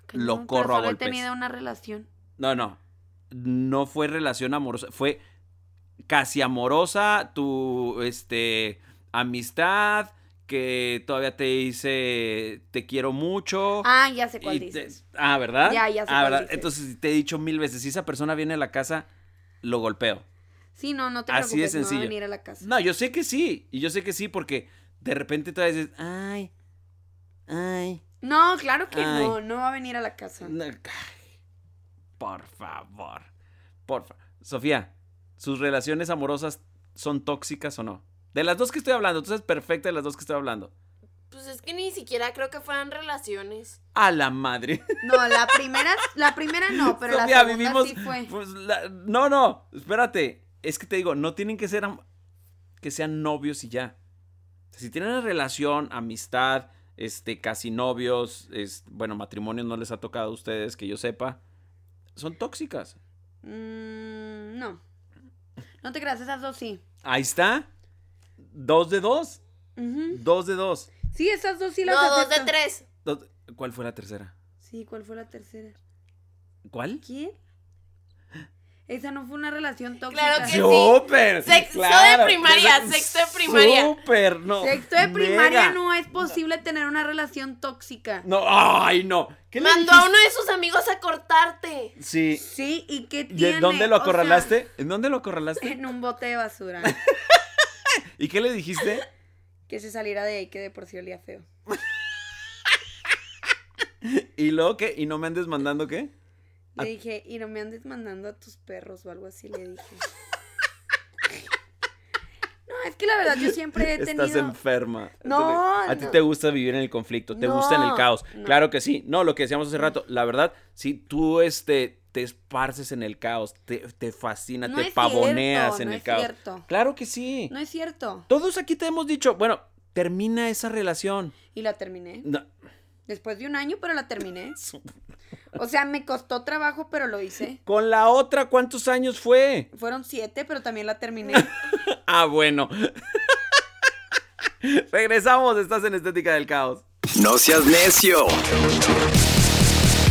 [SPEAKER 3] Cañón,
[SPEAKER 2] lo
[SPEAKER 3] pero
[SPEAKER 2] corro a
[SPEAKER 3] solo he
[SPEAKER 2] golpes.
[SPEAKER 3] tenido una relación.
[SPEAKER 2] No, no. No fue relación amorosa. Fue casi amorosa tu este, amistad. Que todavía te hice te quiero mucho.
[SPEAKER 3] Ah, ya sé cuál
[SPEAKER 2] y te-
[SPEAKER 3] dices.
[SPEAKER 2] ah, ¿verdad?
[SPEAKER 3] Ya, ya sé
[SPEAKER 2] Ah,
[SPEAKER 3] cuál
[SPEAKER 2] ¿verdad?
[SPEAKER 3] dices.
[SPEAKER 2] Entonces te he dicho mil veces: si esa persona viene a la casa, lo golpeo.
[SPEAKER 3] Sí, no, no te
[SPEAKER 2] Así de
[SPEAKER 3] preocupes, no va a
[SPEAKER 2] sencillo.
[SPEAKER 3] venir a la casa.
[SPEAKER 2] No, yo sé que sí. Y yo sé que sí, porque de repente todavía dices: ay, ay.
[SPEAKER 3] No, claro que
[SPEAKER 2] Ay.
[SPEAKER 3] no, no va a venir a la casa.
[SPEAKER 2] No, ay, Por favor. Por fa- Sofía, ¿sus relaciones amorosas son tóxicas o no? De las dos que estoy hablando, tú sabes perfecta de las dos que estoy hablando.
[SPEAKER 4] Pues es que ni siquiera creo que fueran relaciones.
[SPEAKER 2] A la madre.
[SPEAKER 3] No, la primera, la primera no, pero la
[SPEAKER 2] Sofía,
[SPEAKER 3] segunda
[SPEAKER 2] vivimos.
[SPEAKER 3] sí fue.
[SPEAKER 2] pues, la- No, no, espérate. Es que te digo, no tienen que ser am- que sean novios y ya. Si tienen una relación, amistad, este, casi novios, es, bueno, matrimonio no les ha tocado a ustedes, que yo sepa. Son tóxicas.
[SPEAKER 3] Mm, no. No te creas, esas dos sí.
[SPEAKER 2] Ahí está. Dos de dos.
[SPEAKER 3] Ujú.
[SPEAKER 2] Dos de dos.
[SPEAKER 3] Sí, esas dos sí las
[SPEAKER 4] No, dos de
[SPEAKER 3] acepto.
[SPEAKER 4] tres.
[SPEAKER 2] Dos- ¿Cuál fue la tercera?
[SPEAKER 3] Sí, ¿cuál fue la tercera?
[SPEAKER 2] ¿Cuál?
[SPEAKER 3] ¿Quién? Esa no fue una relación tóxica.
[SPEAKER 4] Claro que
[SPEAKER 2] ¡Súper!
[SPEAKER 4] Sexto de primaria, sexto de primaria.
[SPEAKER 2] ¡Súper! No.
[SPEAKER 3] Sexto de primaria
[SPEAKER 2] mega.
[SPEAKER 3] no es posible tener una relación tóxica.
[SPEAKER 2] No, ¡ay, no! ¿Qué le
[SPEAKER 4] Mandó a
[SPEAKER 2] dijiste?
[SPEAKER 4] uno de sus amigos a cortarte.
[SPEAKER 2] Sí.
[SPEAKER 3] Sí, ¿y qué
[SPEAKER 2] ¿Y
[SPEAKER 3] tiene?
[SPEAKER 2] en dónde lo
[SPEAKER 3] O sea,
[SPEAKER 2] acorralaste? ¿En dónde lo acorralaste?
[SPEAKER 3] en un bote de basura.
[SPEAKER 2] ¿Y qué le dijiste?
[SPEAKER 3] que se saliera de ahí, que de por sí olía feo.
[SPEAKER 2] ¿Y luego qué? ¿Y no me andes mandando qué?
[SPEAKER 3] Le dije, y no me andes mandando a tus perros o algo así, le dije. no, es que la verdad yo siempre he tenido...
[SPEAKER 2] Estás enferma.
[SPEAKER 3] No,
[SPEAKER 2] A ti
[SPEAKER 3] no.
[SPEAKER 2] te gusta vivir en el conflicto, te gusta en el
[SPEAKER 3] No,
[SPEAKER 2] caos.
[SPEAKER 3] no.
[SPEAKER 2] Claro que sí. No, lo que decíamos hace rato, la verdad, si tú este te esparces en el caos, te, te fascina,
[SPEAKER 3] No
[SPEAKER 2] te
[SPEAKER 3] es
[SPEAKER 2] pavoneas
[SPEAKER 3] cierto,
[SPEAKER 2] en
[SPEAKER 3] no
[SPEAKER 2] el
[SPEAKER 3] es
[SPEAKER 2] caos.
[SPEAKER 3] cierto.
[SPEAKER 2] Claro que sí.
[SPEAKER 3] No es cierto.
[SPEAKER 2] Todos aquí te hemos dicho, bueno, termina esa relación.
[SPEAKER 3] Y la terminé.
[SPEAKER 2] No,
[SPEAKER 3] Después de un año, pero la terminé. O sea, me costó trabajo, pero lo hice.
[SPEAKER 2] Con la otra, ¿cuántos años fue?
[SPEAKER 3] Fueron siete, pero también la terminé.
[SPEAKER 2] Ah, bueno. Regresamos, estás en Estética del Caos.
[SPEAKER 1] No seas necio.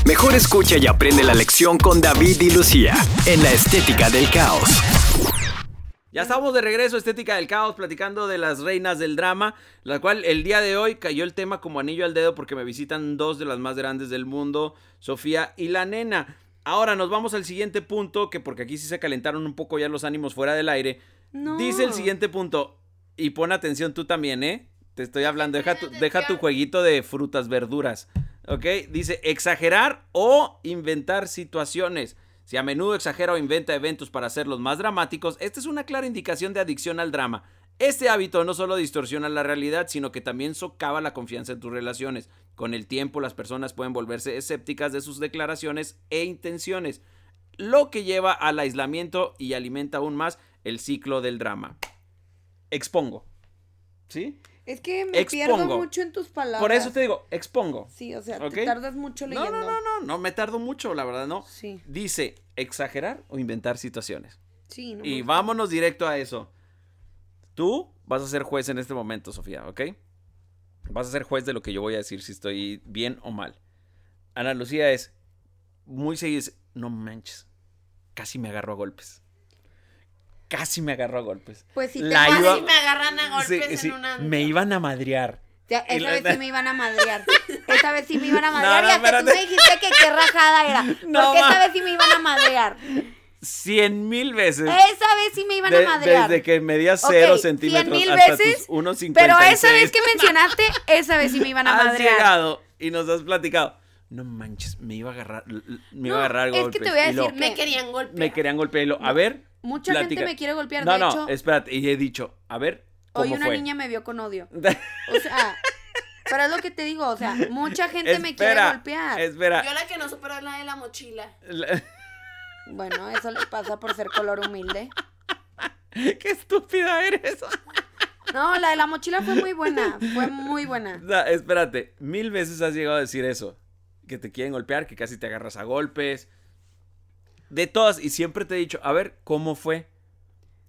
[SPEAKER 1] Mejor escucha y aprende la lección con David y Lucía en la estética del caos.
[SPEAKER 2] Ya estamos de regreso, Estética del Caos, platicando de las reinas del drama, la cual el día de hoy cayó el tema como anillo al dedo porque me visitan dos de las más grandes del mundo, Sofía y la nena. Ahora nos vamos al siguiente punto, que porque aquí sí se calentaron un poco ya los ánimos fuera del aire.
[SPEAKER 3] No.
[SPEAKER 2] Dice el siguiente punto, y pon atención tú también, ¿eh? Te estoy hablando, deja tu,
[SPEAKER 4] Atención.
[SPEAKER 2] deja tu jueguito de frutas, verduras, ¿ok? Dice, exagerar o inventar situaciones. Si a menudo exagera o inventa eventos para hacerlos más dramáticos, esta es una clara indicación de adicción al drama. Este hábito no solo distorsiona la realidad, sino que también socava la confianza en tus relaciones. Con el tiempo, las personas pueden volverse escépticas de sus declaraciones e intenciones lo que lleva al aislamiento y alimenta aún más el ciclo del drama. Expongo. ¿Sí?
[SPEAKER 3] Es que me
[SPEAKER 2] Expongo.
[SPEAKER 3] pierdo mucho en tus palabras.
[SPEAKER 2] Por eso te digo, expongo.
[SPEAKER 3] Sí, o sea,
[SPEAKER 2] ¿Ok?
[SPEAKER 3] te tardas mucho
[SPEAKER 2] No,
[SPEAKER 3] leyendo.
[SPEAKER 2] no, no, no, no me tardo mucho, la verdad, no.
[SPEAKER 3] Sí,
[SPEAKER 2] Dice, exagerar o inventar situaciones.
[SPEAKER 3] sí. No
[SPEAKER 2] Y
[SPEAKER 3] me-
[SPEAKER 2] vámonos directo a eso. Tú vas a ser juez en este momento, Sofía, ¿ok? Vas a ser juez de lo que yo voy a decir, si estoy bien o mal. Ana Lucía es muy seguida, es, no manches, casi me agarro a golpes. Casi me agarro a golpes.
[SPEAKER 3] Pues sí, te
[SPEAKER 2] La
[SPEAKER 4] Casi
[SPEAKER 2] iba-
[SPEAKER 4] me agarran a
[SPEAKER 2] Sí,
[SPEAKER 4] golpes
[SPEAKER 2] sí,
[SPEAKER 4] en una.
[SPEAKER 2] me iban a madrear.
[SPEAKER 3] Ya,
[SPEAKER 2] Y
[SPEAKER 3] esa
[SPEAKER 2] la-
[SPEAKER 3] vez sí me iban a madrear. Esa vez sí me iban a
[SPEAKER 2] No,
[SPEAKER 3] madrear.
[SPEAKER 2] no,
[SPEAKER 3] y hasta tú
[SPEAKER 2] espérate.
[SPEAKER 3] me dijiste que qué rajada era.
[SPEAKER 2] No,
[SPEAKER 3] porque
[SPEAKER 2] ma.
[SPEAKER 3] esa vez sí me iban a madrear.
[SPEAKER 2] Cien mil veces.
[SPEAKER 3] Esa vez sí me iban
[SPEAKER 2] De-
[SPEAKER 3] a madrear.
[SPEAKER 2] desde que medía
[SPEAKER 3] Ok,
[SPEAKER 2] cero
[SPEAKER 3] 100,000
[SPEAKER 2] centímetros hasta tus
[SPEAKER 3] veces,
[SPEAKER 2] 1.56.
[SPEAKER 3] Pero esa vez que mencionaste, esa vez sí me iban a
[SPEAKER 2] has
[SPEAKER 3] madrear.
[SPEAKER 2] llegado y nos has platicado. No manches, me iba a agarrar, l- l- me iba a
[SPEAKER 3] No,
[SPEAKER 2] agarrar
[SPEAKER 3] es que
[SPEAKER 2] golpes",
[SPEAKER 3] te voy a
[SPEAKER 2] y luego,
[SPEAKER 3] decir,
[SPEAKER 4] Me querían golpear.
[SPEAKER 2] me querían golpear y lo, a ver.
[SPEAKER 3] Mucha
[SPEAKER 2] platica".
[SPEAKER 3] gente me quiere golpear.
[SPEAKER 2] No,
[SPEAKER 3] de
[SPEAKER 2] no,
[SPEAKER 3] hecho,
[SPEAKER 2] espérate, y he dicho, a ver, ¿cómo
[SPEAKER 3] hoy una
[SPEAKER 2] fue?
[SPEAKER 3] niña me vio con odio. O sea, pero es lo que te digo, o sea, mucha gente me quiere
[SPEAKER 2] Espera,
[SPEAKER 3] golpear.
[SPEAKER 2] Espera.
[SPEAKER 4] Yo la que no supero es la de la mochila.
[SPEAKER 2] La-
[SPEAKER 3] Bueno, eso le pasa por ser color humilde.
[SPEAKER 2] Qué estúpida eres.
[SPEAKER 3] No, la de la mochila fue muy buena, fue muy buena.
[SPEAKER 2] No, espérate, mil veces has llegado a decir eso. Que te quieren golpear, que casi te agarras a golpes. De todas, y siempre te he dicho, a ver, ¿cómo fue?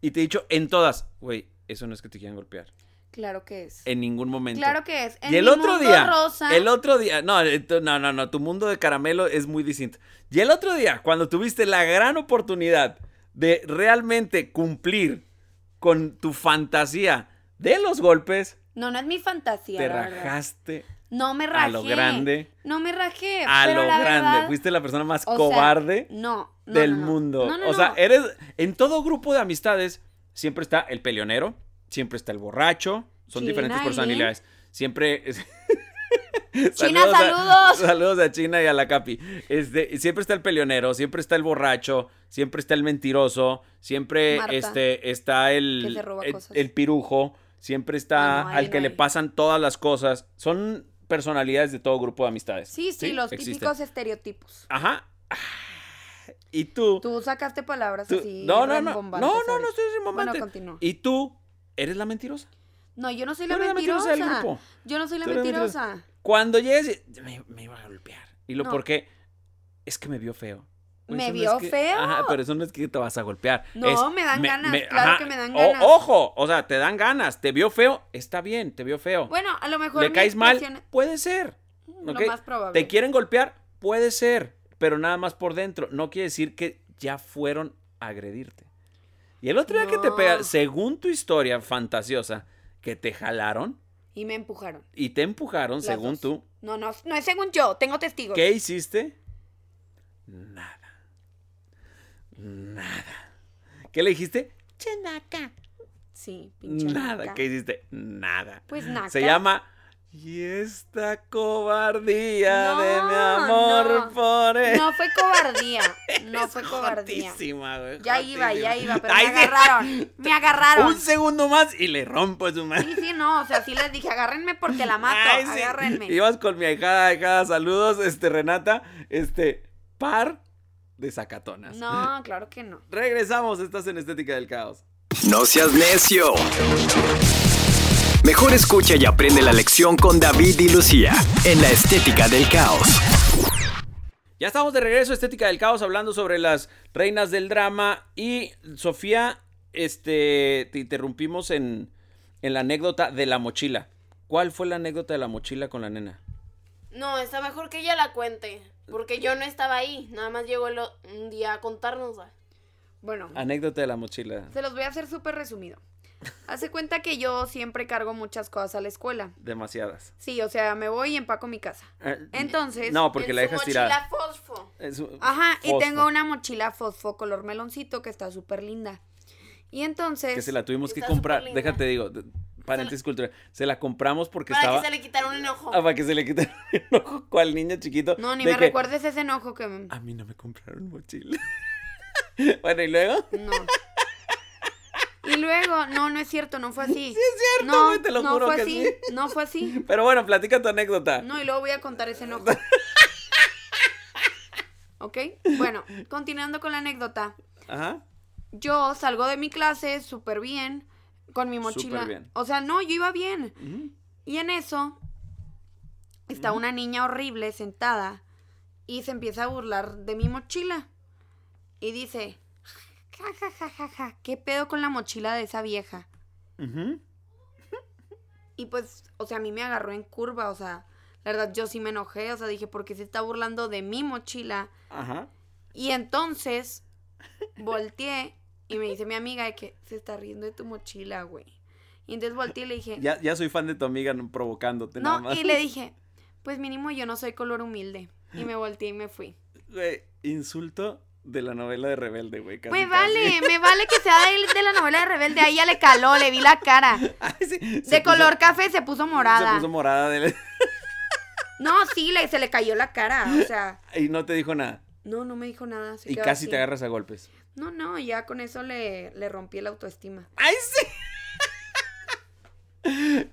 [SPEAKER 2] Y te he dicho en todas, güey, eso no es que te quieran golpear.
[SPEAKER 3] Claro que es.
[SPEAKER 2] En ningún momento.
[SPEAKER 3] Claro que es. En
[SPEAKER 2] y el
[SPEAKER 3] mi
[SPEAKER 2] otro
[SPEAKER 3] mundo
[SPEAKER 2] día,
[SPEAKER 3] rosa,
[SPEAKER 2] el otro día, no, eh, tú- no, no, no, tu mundo de caramelo es muy distinto. Y el otro día, cuando tuviste la gran oportunidad de realmente cumplir con tu fantasía de los golpes,
[SPEAKER 3] no, no es mi fantasía,
[SPEAKER 2] te
[SPEAKER 3] la verdad.
[SPEAKER 2] rajaste
[SPEAKER 3] No me rajé.
[SPEAKER 2] a lo grande.
[SPEAKER 3] No me rajé,
[SPEAKER 2] a
[SPEAKER 3] pero
[SPEAKER 2] lo
[SPEAKER 3] la
[SPEAKER 2] grande.
[SPEAKER 3] verdad,
[SPEAKER 2] Fuiste la persona más
[SPEAKER 3] o sea,
[SPEAKER 2] cobarde
[SPEAKER 3] no, no,
[SPEAKER 2] del
[SPEAKER 3] no, no.
[SPEAKER 2] mundo.
[SPEAKER 3] No, no,
[SPEAKER 2] o sea,
[SPEAKER 3] no.
[SPEAKER 2] eres en todo grupo de amistades siempre está el peleonero, siempre está el borracho, son
[SPEAKER 3] China,
[SPEAKER 2] diferentes
[SPEAKER 3] ¿eh?
[SPEAKER 2] personalidades. Siempre es-
[SPEAKER 3] China,
[SPEAKER 2] A,
[SPEAKER 3] saludos.
[SPEAKER 2] saludos a China y a la Capi. Este, siempre está el peleonero, siempre está el borracho, siempre está el mentiroso, siempre
[SPEAKER 3] Marta,
[SPEAKER 2] este está el
[SPEAKER 3] que se roba
[SPEAKER 2] el,
[SPEAKER 3] cosas.
[SPEAKER 2] el pirujo, siempre está
[SPEAKER 3] Ah, no, ahí
[SPEAKER 2] al
[SPEAKER 3] no
[SPEAKER 2] que le
[SPEAKER 3] hay.
[SPEAKER 2] pasan todas las cosas. Son personalidades de todo grupo de amistades.
[SPEAKER 3] Sí, sí, los
[SPEAKER 2] Existen.
[SPEAKER 3] típicos estereotipos.
[SPEAKER 2] Ajá. Ah, Y tú.
[SPEAKER 3] Tú sacaste palabras
[SPEAKER 2] tú-
[SPEAKER 3] así.
[SPEAKER 2] no, no, no. No,
[SPEAKER 3] rimbombantes
[SPEAKER 2] no, no,
[SPEAKER 3] ahorita.
[SPEAKER 2] estoy rimbombante.
[SPEAKER 3] Bueno, continúa.
[SPEAKER 2] Y tú eres la mentirosa.
[SPEAKER 3] No, yo no soy
[SPEAKER 2] Tú
[SPEAKER 3] la
[SPEAKER 2] eres la mentirosa
[SPEAKER 3] mentirosa.
[SPEAKER 2] del grupo.
[SPEAKER 3] Yo no soy la
[SPEAKER 2] Tú eres la mentirosa.
[SPEAKER 3] mentirosa.
[SPEAKER 2] Cuando llegues, y- me, me iba a golpear. ¿Y lo
[SPEAKER 3] No.
[SPEAKER 2] por qué? Es que me vio feo. Güey,
[SPEAKER 3] ¿Me
[SPEAKER 2] eso no
[SPEAKER 3] vio
[SPEAKER 2] es que-
[SPEAKER 3] feo?
[SPEAKER 2] Ajá, pero eso no es que te vas a golpear.
[SPEAKER 3] No,
[SPEAKER 2] es-
[SPEAKER 3] me dan ganas, claro que me dan
[SPEAKER 2] O-
[SPEAKER 3] ganas.
[SPEAKER 2] ojo, o sea, te dan ganas. Te vio feo, está bien, te vio feo.
[SPEAKER 3] Bueno, a lo mejor.
[SPEAKER 2] ¿Le
[SPEAKER 3] mi
[SPEAKER 2] caes mal?
[SPEAKER 3] expresión-
[SPEAKER 2] Puede ser.
[SPEAKER 3] Lo
[SPEAKER 2] ¿ok?
[SPEAKER 3] más probable.
[SPEAKER 2] ¿Te quieren golpear? Puede ser, pero nada más por dentro. No quiere decir que ya fueron a agredirte. Y el otro día que te
[SPEAKER 3] No.
[SPEAKER 2] pega, según tu historia fantasiosa, que te jalaron
[SPEAKER 3] Y me empujaron.
[SPEAKER 2] y te empujaron,
[SPEAKER 3] las
[SPEAKER 2] según
[SPEAKER 3] dos.
[SPEAKER 2] tú,
[SPEAKER 3] No, no, no es según yo, tengo testigos.
[SPEAKER 2] ¿qué hiciste? Nada. Nada. ¿Qué le dijiste?
[SPEAKER 3] Chenaca. Sí, pinche.
[SPEAKER 2] nada.
[SPEAKER 3] naca.
[SPEAKER 2] ¿Qué hiciste? Nada.
[SPEAKER 3] Pues naca.
[SPEAKER 2] Se llama Y esta cobardía
[SPEAKER 3] No,
[SPEAKER 2] de mi amor
[SPEAKER 3] no.
[SPEAKER 2] por él.
[SPEAKER 3] No fue cobardía. No
[SPEAKER 2] Eres
[SPEAKER 3] fue cobardía.
[SPEAKER 2] jotísima, güey,
[SPEAKER 3] Ya iba, ya
[SPEAKER 2] jotísima.
[SPEAKER 3] iba, pero
[SPEAKER 2] Ay,
[SPEAKER 3] me
[SPEAKER 2] sí.
[SPEAKER 3] agarraron. Me agarraron.
[SPEAKER 2] Un segundo más y le rompo su madre.
[SPEAKER 3] Sí, sí, no. O sea, sí les dije, agárrenme porque la mato.
[SPEAKER 2] Ay, sí.
[SPEAKER 3] agárrenme.
[SPEAKER 2] Ibas con mi ahijada, ahijada, saludos, este, Renata, este, par de sacatonas.
[SPEAKER 3] No, claro que no.
[SPEAKER 2] Regresamos, estás en Estética del Caos.
[SPEAKER 1] No seas necio. Mejor escucha y aprende la lección con David y Lucía en la estética del caos.
[SPEAKER 2] Ya estamos de regreso, Estética del Caos, hablando sobre las reinas del drama. Y Sofía, este, te interrumpimos en, en la anécdota de la mochila. ¿Cuál fue la anécdota de la mochila con la nena?
[SPEAKER 4] No, está mejor que ella la cuente. Porque yo no estaba ahí. Nada más llegó el o- un día a contárnosla.
[SPEAKER 3] Bueno,
[SPEAKER 2] Anécdota de la mochila.
[SPEAKER 3] se los voy a hacer súper resumido. Hace cuenta que yo siempre cargo muchas cosas a la escuela.
[SPEAKER 2] Demasiadas.
[SPEAKER 3] Sí, o sea, me voy y empaco mi casa.
[SPEAKER 2] Eh,
[SPEAKER 3] Entonces,
[SPEAKER 2] No, porque
[SPEAKER 4] En
[SPEAKER 2] la
[SPEAKER 4] su
[SPEAKER 2] dejas tirada.
[SPEAKER 4] mochila fosfo.
[SPEAKER 2] Es un-
[SPEAKER 3] Ajá, y
[SPEAKER 2] fosfo,
[SPEAKER 3] tengo una mochila fosfo color meloncito que está súper linda. Y entonces...
[SPEAKER 2] Que se la tuvimos que
[SPEAKER 4] Está
[SPEAKER 2] comprar.
[SPEAKER 4] superlinda.
[SPEAKER 2] Déjate, digo, de- paréntesis cultural. Se la compramos porque
[SPEAKER 4] Para
[SPEAKER 2] estaba.
[SPEAKER 4] que se le quitara un enojo.
[SPEAKER 2] Ah, para que se le quitara el ojo cual niño chiquito.
[SPEAKER 3] No, ni
[SPEAKER 2] de
[SPEAKER 3] me
[SPEAKER 2] que,
[SPEAKER 3] recuerdes ese enojo que... me-
[SPEAKER 2] A mí no me compraron mochila. bueno, y luego.
[SPEAKER 3] No. Y luego, no, no es cierto, no fue así. Sí es
[SPEAKER 2] cierto,
[SPEAKER 3] no,
[SPEAKER 2] güey, te lo
[SPEAKER 3] no
[SPEAKER 2] juro
[SPEAKER 3] fue
[SPEAKER 2] que
[SPEAKER 3] así,
[SPEAKER 2] sí.
[SPEAKER 3] No fue así.
[SPEAKER 2] Pero bueno, platica tu anécdota.
[SPEAKER 3] No, y luego voy a contar ese enojo. ¿Ok? Bueno, continuando con la anécdota.
[SPEAKER 2] Ajá.
[SPEAKER 3] Yo salgo de mi clase súper bien, con mi mochila.
[SPEAKER 2] Súper bien.
[SPEAKER 3] O sea, no, yo iba bien.
[SPEAKER 2] Ujú.
[SPEAKER 3] Y en eso está una niña horrible sentada y se empieza a burlar de mi mochila. Y dice, ja, ja, ja, ja, ja, ¿qué pedo con la mochila de esa vieja?
[SPEAKER 2] Ujú.
[SPEAKER 3] Y pues, o sea, a mí me agarró en curva, o sea, la verdad yo sí me enojé, o sea, dije, ¿por qué se está burlando de mi mochila?
[SPEAKER 2] Ajá.
[SPEAKER 3] Y entonces volteé y me dice mi amiga de que se está riendo de tu mochila, güey. Y entonces volteé y le dije,
[SPEAKER 2] Ya, ya soy fan de tu amiga no- provocándote nada
[SPEAKER 3] no,
[SPEAKER 2] más.
[SPEAKER 3] y le dije, pues mínimo yo no soy color humilde. Y me volteé y me fui.
[SPEAKER 2] Güey, insulto de la novela de Rebelde, güey. casi,
[SPEAKER 3] Pues
[SPEAKER 2] casi.
[SPEAKER 3] vale, me vale que sea de, de la novela de Rebelde. A ella le caló, le vi la cara.
[SPEAKER 2] Ay, sí, se puso-
[SPEAKER 3] De color café se puso morada.
[SPEAKER 2] Se puso morada. de-
[SPEAKER 3] No, sí, le, se le cayó la cara. O sea,
[SPEAKER 2] Y no te dijo nada.
[SPEAKER 3] no, no me dijo nada. se
[SPEAKER 2] Y
[SPEAKER 3] quedó
[SPEAKER 2] casi
[SPEAKER 3] así.
[SPEAKER 2] te agarras a golpes.
[SPEAKER 3] No, no, ya con eso le, le rompí la autoestima.
[SPEAKER 2] ¡Ay, sí!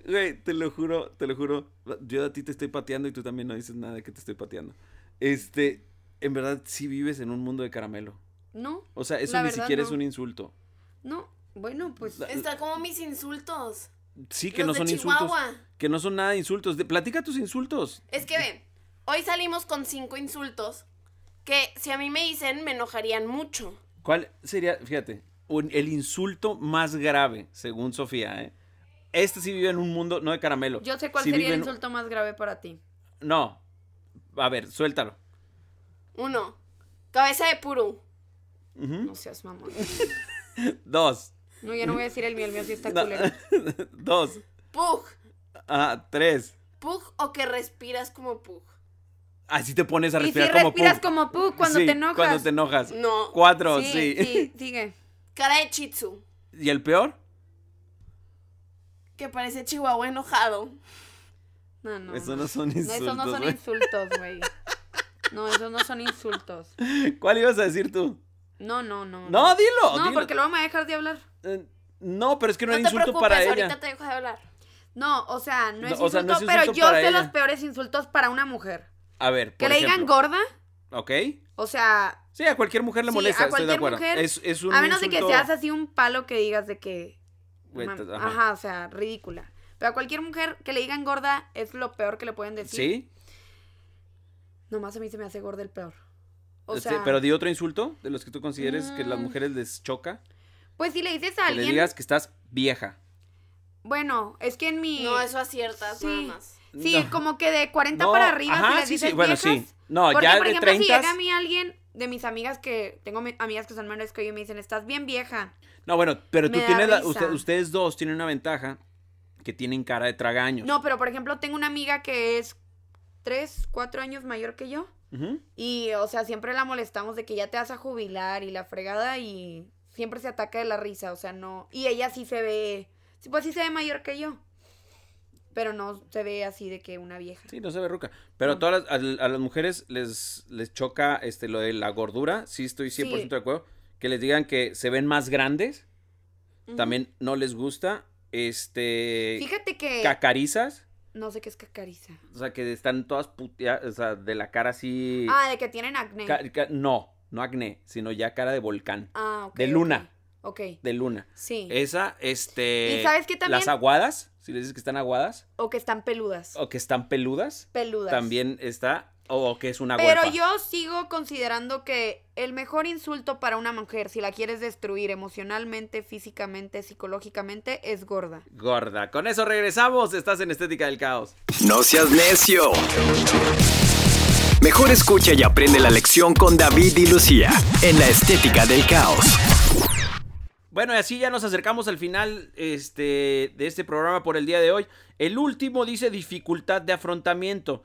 [SPEAKER 2] Güey, te lo juro, te lo juro. Yo a ti te estoy pateando y tú también no dices nada de que te estoy pateando. Este, en verdad, sí vives en un mundo de caramelo.
[SPEAKER 3] No,
[SPEAKER 2] O sea, eso
[SPEAKER 3] La
[SPEAKER 2] ni
[SPEAKER 3] verdad,
[SPEAKER 2] siquiera es
[SPEAKER 3] no.
[SPEAKER 2] un insulto.
[SPEAKER 3] no, bueno, pues...
[SPEAKER 4] Está como mis insultos.
[SPEAKER 2] Sí, que
[SPEAKER 4] Los
[SPEAKER 2] no
[SPEAKER 4] de
[SPEAKER 2] son
[SPEAKER 4] Chihuahua.
[SPEAKER 2] insultos. Que no son nada de insultos. De- platica tus insultos.
[SPEAKER 4] Es que ve, hoy salimos con cinco insultos que si a mí me dicen me enojarían mucho.
[SPEAKER 2] ¿Cuál sería, fíjate, un- el insulto más grave, según Sofía, ¿eh? Este sí vive en un mundo, no de caramelo.
[SPEAKER 3] Yo sé cuál
[SPEAKER 2] Sí
[SPEAKER 3] sería
[SPEAKER 2] vive
[SPEAKER 3] el
[SPEAKER 2] en-
[SPEAKER 3] insulto más grave para ti.
[SPEAKER 2] No. A ver, suéltalo.
[SPEAKER 4] Uno, cabeza de purú.
[SPEAKER 2] Ujú.
[SPEAKER 3] No seas mamón.
[SPEAKER 2] Dos.
[SPEAKER 3] No, ya no voy a decir el mío, el mío sí está
[SPEAKER 2] No.
[SPEAKER 3] culero.
[SPEAKER 2] Dos.
[SPEAKER 4] Pug.
[SPEAKER 2] Ah, tres.
[SPEAKER 4] Pug o que respiras como pug.
[SPEAKER 2] Así te pones a
[SPEAKER 3] Y si
[SPEAKER 2] respirar como
[SPEAKER 3] respiras
[SPEAKER 2] pug.
[SPEAKER 3] como pug cuando
[SPEAKER 2] Sí,
[SPEAKER 3] te enojas.
[SPEAKER 2] Cuando te enojas.
[SPEAKER 4] No.
[SPEAKER 2] Cuatro, sí.
[SPEAKER 3] sí, sí, sigue.
[SPEAKER 4] Cara de chitsu.
[SPEAKER 2] ¿Y el peor?
[SPEAKER 4] Que parece chihuahua enojado.
[SPEAKER 3] No, no.
[SPEAKER 2] Eso no son
[SPEAKER 3] No, esos no
[SPEAKER 2] insultos,
[SPEAKER 3] son
[SPEAKER 2] güey.
[SPEAKER 3] insultos, güey. No, esos no son insultos.
[SPEAKER 2] ¿Cuál ibas a decir tú?
[SPEAKER 3] No, no, no.
[SPEAKER 2] No, dilo.
[SPEAKER 3] Mm. No,
[SPEAKER 2] dilo.
[SPEAKER 3] porque luego me va a dejar de hablar.
[SPEAKER 2] Eh, No, pero es que no,
[SPEAKER 4] No
[SPEAKER 2] era
[SPEAKER 4] te
[SPEAKER 2] insulto
[SPEAKER 4] preocupes,
[SPEAKER 2] para
[SPEAKER 4] ahorita
[SPEAKER 2] ella.
[SPEAKER 4] te dejo de hablar.
[SPEAKER 3] No, o sea, no es
[SPEAKER 2] No,
[SPEAKER 3] insulto,
[SPEAKER 2] o sea, no es
[SPEAKER 3] pero
[SPEAKER 2] insulto
[SPEAKER 3] yo
[SPEAKER 2] para
[SPEAKER 3] sé
[SPEAKER 2] ella.
[SPEAKER 3] los peores insultos para una mujer.
[SPEAKER 2] A ver,
[SPEAKER 3] Que
[SPEAKER 2] por
[SPEAKER 3] le digan
[SPEAKER 2] ejemplo.
[SPEAKER 3] gorda,
[SPEAKER 2] Ok.
[SPEAKER 3] o sea,
[SPEAKER 2] Sí, a cualquier mujer le
[SPEAKER 3] Sí,
[SPEAKER 2] molesta,
[SPEAKER 3] a
[SPEAKER 2] estoy de
[SPEAKER 3] cualquier
[SPEAKER 2] acuerdo.
[SPEAKER 3] mujer,
[SPEAKER 2] es, es un
[SPEAKER 3] a menos de que
[SPEAKER 2] insulto-
[SPEAKER 3] seas así un palo que digas de que
[SPEAKER 2] Güey,
[SPEAKER 3] mam-
[SPEAKER 2] te-
[SPEAKER 3] ajá.
[SPEAKER 2] ajá.
[SPEAKER 3] o sea, ridícula. Pero a cualquier mujer que le digan gorda es lo peor que le pueden decir.
[SPEAKER 2] ¿Sí?
[SPEAKER 3] Nomás a mí se me hace gorda el peor. O
[SPEAKER 2] este,
[SPEAKER 3] sea,
[SPEAKER 2] pero di otro insulto de los que tú consideres que las
[SPEAKER 3] Mm.
[SPEAKER 2] mujeres les choca.
[SPEAKER 3] pues si le dices a
[SPEAKER 2] Que le
[SPEAKER 3] alguien,
[SPEAKER 2] digas que estás vieja.
[SPEAKER 3] bueno, es que en mi
[SPEAKER 4] No, eso aciertas,
[SPEAKER 3] Sí.
[SPEAKER 4] nada más.
[SPEAKER 3] Sí,
[SPEAKER 2] No.
[SPEAKER 3] como que de 40
[SPEAKER 2] No,
[SPEAKER 3] para arriba
[SPEAKER 2] ajá,
[SPEAKER 3] si les
[SPEAKER 2] sí, sí,
[SPEAKER 3] dices
[SPEAKER 2] bueno,
[SPEAKER 3] viejas,
[SPEAKER 2] sí. No,
[SPEAKER 3] porque,
[SPEAKER 2] ya
[SPEAKER 3] por
[SPEAKER 2] de
[SPEAKER 3] ejemplo, si
[SPEAKER 2] 30s.
[SPEAKER 3] llega a mí alguien de mis amigas que tengo mi- amigas que son menores que yo y me dicen, "Estás bien vieja."
[SPEAKER 2] No, bueno, pero
[SPEAKER 3] Me
[SPEAKER 2] tú
[SPEAKER 3] da
[SPEAKER 2] tienes la-
[SPEAKER 3] risa.
[SPEAKER 2] usted- ustedes dos tienen una ventaja que tienen cara de tragaños.
[SPEAKER 3] No, pero por ejemplo, tengo una amiga que es 3, 4 años mayor que yo
[SPEAKER 2] Ujú.
[SPEAKER 3] y o sea, siempre la molestamos de que ya te vas a jubilar y la fregada y siempre se ataca de la risa, o sea, no y ella sí se ve, sí, pues sí se ve mayor que yo. Pero no se ve así de que una vieja.
[SPEAKER 2] Sí, no se ve ruca. Pero a todas las, a, a las mujeres les, les choca este, lo de la gordura. Sí, estoy 100%
[SPEAKER 3] Sí.
[SPEAKER 2] de acuerdo. Que les digan que se ven más grandes. También no les gusta. Este.
[SPEAKER 3] Fíjate que.
[SPEAKER 2] Cacarizas.
[SPEAKER 3] No sé qué es cacariza.
[SPEAKER 2] O sea, que están todas puteadas. O sea, de la cara así.
[SPEAKER 3] Ah, de que tienen acné.
[SPEAKER 2] ca- ca- no, no acné, sino ya cara de volcán.
[SPEAKER 3] Ah, ok.
[SPEAKER 2] de
[SPEAKER 3] ok.
[SPEAKER 2] luna. Eh.
[SPEAKER 3] Ok.
[SPEAKER 2] De luna.
[SPEAKER 3] Sí.
[SPEAKER 2] Esa, este.
[SPEAKER 3] ¿Y sabes qué también?
[SPEAKER 2] Las aguadas. Si les dices que están aguadas.
[SPEAKER 3] O que están peludas.
[SPEAKER 2] O que están peludas.
[SPEAKER 3] Peludas.
[SPEAKER 2] También está. O que es una
[SPEAKER 3] Pero
[SPEAKER 2] güelfa.
[SPEAKER 3] yo sigo considerando que el mejor insulto para una mujer, si la quieres destruir emocionalmente, físicamente, psicológicamente, es gorda.
[SPEAKER 2] gorda. Con eso regresamos. Estás en Estética del Caos.
[SPEAKER 1] No seas necio. Mejor escucha y aprende la lección con David y Lucía en la estética del caos.
[SPEAKER 2] Bueno, y así ya nos acercamos al final este, de este programa por el día de hoy. El último dice dificultad de afrontamiento.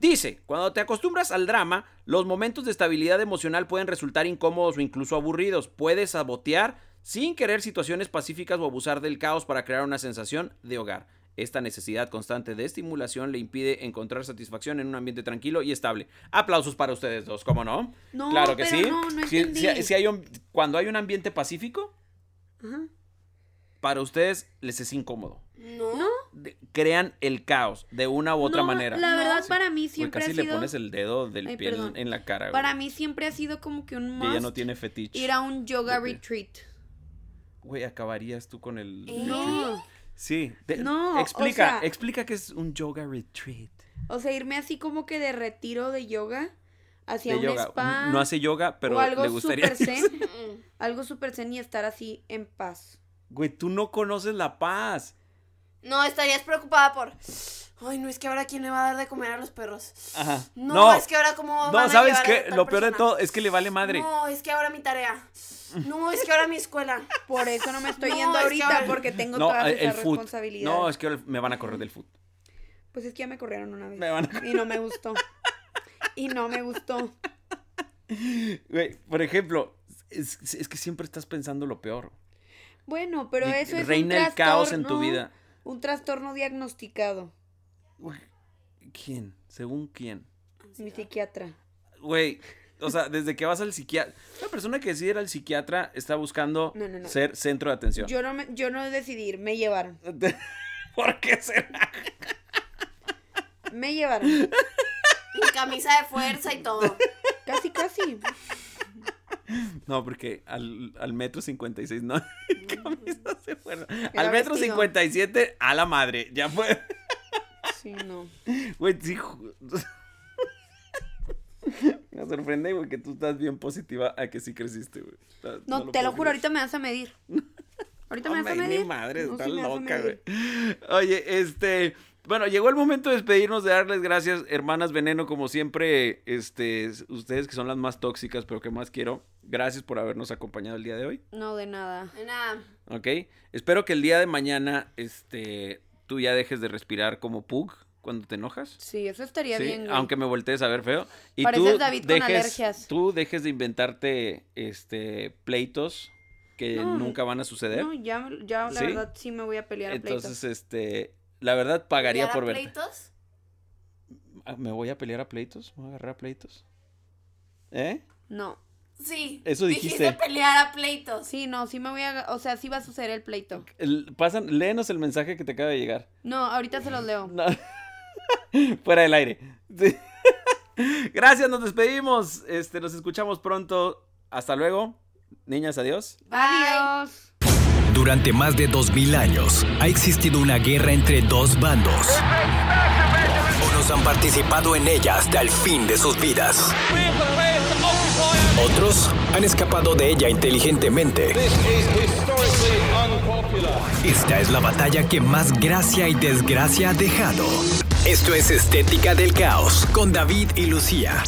[SPEAKER 2] Dice, cuando te acostumbras al drama, los momentos de estabilidad emocional pueden resultar incómodos o incluso aburridos. Puedes sabotear sin querer situaciones pacíficas o abusar del caos para crear una sensación de hogar. Esta necesidad constante de estimulación le impide encontrar satisfacción en un ambiente tranquilo y estable. Aplausos para ustedes dos, ¿cómo no?
[SPEAKER 3] No,
[SPEAKER 2] claro que
[SPEAKER 3] pero
[SPEAKER 2] sí.
[SPEAKER 3] no, no
[SPEAKER 2] Si-
[SPEAKER 3] entendí.
[SPEAKER 2] si- si hay un- cuando hay un ambiente pacífico,
[SPEAKER 3] Ajá.
[SPEAKER 2] para ustedes les es incómodo.
[SPEAKER 4] No.
[SPEAKER 3] No,
[SPEAKER 2] De- crean el caos de una u otra
[SPEAKER 3] no,
[SPEAKER 2] manera.
[SPEAKER 3] La
[SPEAKER 4] No.
[SPEAKER 3] verdad,
[SPEAKER 4] Sí.
[SPEAKER 3] para mí
[SPEAKER 2] Güey,
[SPEAKER 3] siempre
[SPEAKER 2] casi
[SPEAKER 3] ha
[SPEAKER 2] le
[SPEAKER 3] sido.
[SPEAKER 2] pones el dedo del
[SPEAKER 3] Ay,
[SPEAKER 2] pie en-
[SPEAKER 3] perdón.
[SPEAKER 2] en la cara.
[SPEAKER 3] Para
[SPEAKER 2] güey.
[SPEAKER 3] mí siempre ha sido como que un
[SPEAKER 2] Y ella no
[SPEAKER 3] must
[SPEAKER 2] tiene fetiche.
[SPEAKER 3] ir a un yoga
[SPEAKER 2] de pie.
[SPEAKER 3] retreat.
[SPEAKER 2] Güey, acabarías tú con el.
[SPEAKER 4] ¿Eh?
[SPEAKER 3] No.
[SPEAKER 2] Sí. de-
[SPEAKER 3] No, o
[SPEAKER 2] Explica,
[SPEAKER 3] sea-
[SPEAKER 2] explica que es un yoga retreat.
[SPEAKER 3] O sea, irme así como que de retiro de yoga hacia
[SPEAKER 2] De
[SPEAKER 3] un
[SPEAKER 2] yoga.
[SPEAKER 3] spa.
[SPEAKER 2] No hace yoga, pero
[SPEAKER 3] o algo
[SPEAKER 2] le gustaría.
[SPEAKER 3] super zen.
[SPEAKER 4] Mm.
[SPEAKER 3] algo super zen y estar así en paz.
[SPEAKER 2] Güey, tú no conoces la paz.
[SPEAKER 4] No, estarías preocupada por. Ay, no, es que ahora quién le va a dar de comer a los perros.
[SPEAKER 2] Ajá.
[SPEAKER 4] No,
[SPEAKER 2] No.
[SPEAKER 4] es que ahora cómo. van
[SPEAKER 2] No,
[SPEAKER 4] a
[SPEAKER 2] ¿sabes
[SPEAKER 4] llevar a
[SPEAKER 2] qué?
[SPEAKER 4] tal
[SPEAKER 2] Lo peor de
[SPEAKER 4] persona?
[SPEAKER 2] todo es que le vale madre.
[SPEAKER 4] No, es que ahora mi tarea. No, es que ahora mi escuela.
[SPEAKER 3] Por eso no me estoy
[SPEAKER 4] No,
[SPEAKER 3] yendo
[SPEAKER 4] es que
[SPEAKER 3] ahorita,
[SPEAKER 4] ahora-
[SPEAKER 3] porque tengo
[SPEAKER 2] No,
[SPEAKER 3] todas
[SPEAKER 2] el, el
[SPEAKER 3] esas
[SPEAKER 2] food.
[SPEAKER 3] responsabilidades.
[SPEAKER 2] No, es que ahora me van a correr del food.
[SPEAKER 3] Pues es que ya me corrieron una vez.
[SPEAKER 2] Me van a-
[SPEAKER 3] Y no me gustó. Y no me gustó.
[SPEAKER 2] Güey, por ejemplo, es, es que siempre estás pensando lo peor.
[SPEAKER 3] Bueno, pero
[SPEAKER 2] Di-
[SPEAKER 3] eso es
[SPEAKER 2] reina
[SPEAKER 3] un
[SPEAKER 2] el caos en tu
[SPEAKER 3] trastorno-
[SPEAKER 2] vida.
[SPEAKER 3] Un trastorno diagnosticado.
[SPEAKER 2] Güey, ¿Quién? ¿Según quién?
[SPEAKER 3] Mi psiquiatra.
[SPEAKER 2] Güey, o sea, desde que vas al psiquiatra. La persona que decide ir al psiquiatra está buscando
[SPEAKER 3] No, no, no.
[SPEAKER 2] ser centro de atención.
[SPEAKER 3] Yo no, me- yo no decidí, ir, me llevaron.
[SPEAKER 2] ¿Por qué será?
[SPEAKER 3] Me llevaron.
[SPEAKER 4] Y camisa de fuerza y todo.
[SPEAKER 3] Casi, casi.
[SPEAKER 2] No, porque al, al metro 56 no. camisa se fueron. Al metro
[SPEAKER 3] vestido.
[SPEAKER 2] 57, a la madre. Ya fue.
[SPEAKER 3] Sí, no.
[SPEAKER 2] Güey, sí. ju- Me sorprende, güey, que tú estás bien positiva a que sí creciste, güey. Está-
[SPEAKER 3] No,
[SPEAKER 2] lo
[SPEAKER 3] te
[SPEAKER 2] puedo
[SPEAKER 3] lo juro,
[SPEAKER 2] creer.
[SPEAKER 3] ahorita me vas a medir. Ahorita me vas a
[SPEAKER 2] Hombre,
[SPEAKER 3] medir.
[SPEAKER 2] Mi madre,
[SPEAKER 3] No,
[SPEAKER 2] está
[SPEAKER 3] sí me vas a
[SPEAKER 2] loca, güey.
[SPEAKER 3] medir.
[SPEAKER 2] Oye, este. Bueno, llegó el momento de despedirnos, de darles gracias, hermanas Veneno, como siempre, este, ustedes que son las más tóxicas, pero que más quiero, gracias por habernos acompañado el día de hoy,
[SPEAKER 3] No, de nada.
[SPEAKER 4] Nada.
[SPEAKER 2] ¿ok? Espero que el día de mañana, este, tú ya dejes de respirar como Pug cuando te enojas,
[SPEAKER 3] Sí, eso estaría
[SPEAKER 2] ¿sí?
[SPEAKER 3] bien. güey.
[SPEAKER 2] aunque me voltees a ver feo, y tú
[SPEAKER 3] Pareces David con
[SPEAKER 2] dejes,
[SPEAKER 3] alergias.
[SPEAKER 2] tú dejes de inventarte, este, pleitos que
[SPEAKER 3] No,
[SPEAKER 2] nunca van a suceder.
[SPEAKER 3] No, ya, ya la
[SPEAKER 2] ¿Sí?
[SPEAKER 3] verdad sí me voy a pelear a pleitos.
[SPEAKER 2] Entonces, este, la verdad pagaría
[SPEAKER 4] ¿Llegar a
[SPEAKER 2] por verte.
[SPEAKER 4] pleitos?
[SPEAKER 2] Ah, ¿Me voy a pelear a pleitos? ¿Me voy a agarrar a pleitos? ¿Eh?
[SPEAKER 3] No.
[SPEAKER 4] Sí.
[SPEAKER 2] Eso dijiste.
[SPEAKER 4] pelear a pleitos.
[SPEAKER 3] Sí, no, sí me voy a... O sea, sí va a suceder el pleito.
[SPEAKER 2] El- pasan, léenos el mensaje que te acaba de llegar.
[SPEAKER 3] No, ahorita se los leo.
[SPEAKER 2] No. Fuera del aire. Sí. Gracias, nos despedimos. Este, nos escuchamos pronto. Hasta luego. Niñas, adiós.
[SPEAKER 3] Adiós.
[SPEAKER 1] Durante más de 2000 años ha existido una guerra entre dos bandos. Unos han participado en ella hasta el fin de sus vidas. Otros han escapado de ella inteligentemente. Esta es la batalla que más gracia y desgracia ha dejado. Esto es Estética del Caos con David y Lucía.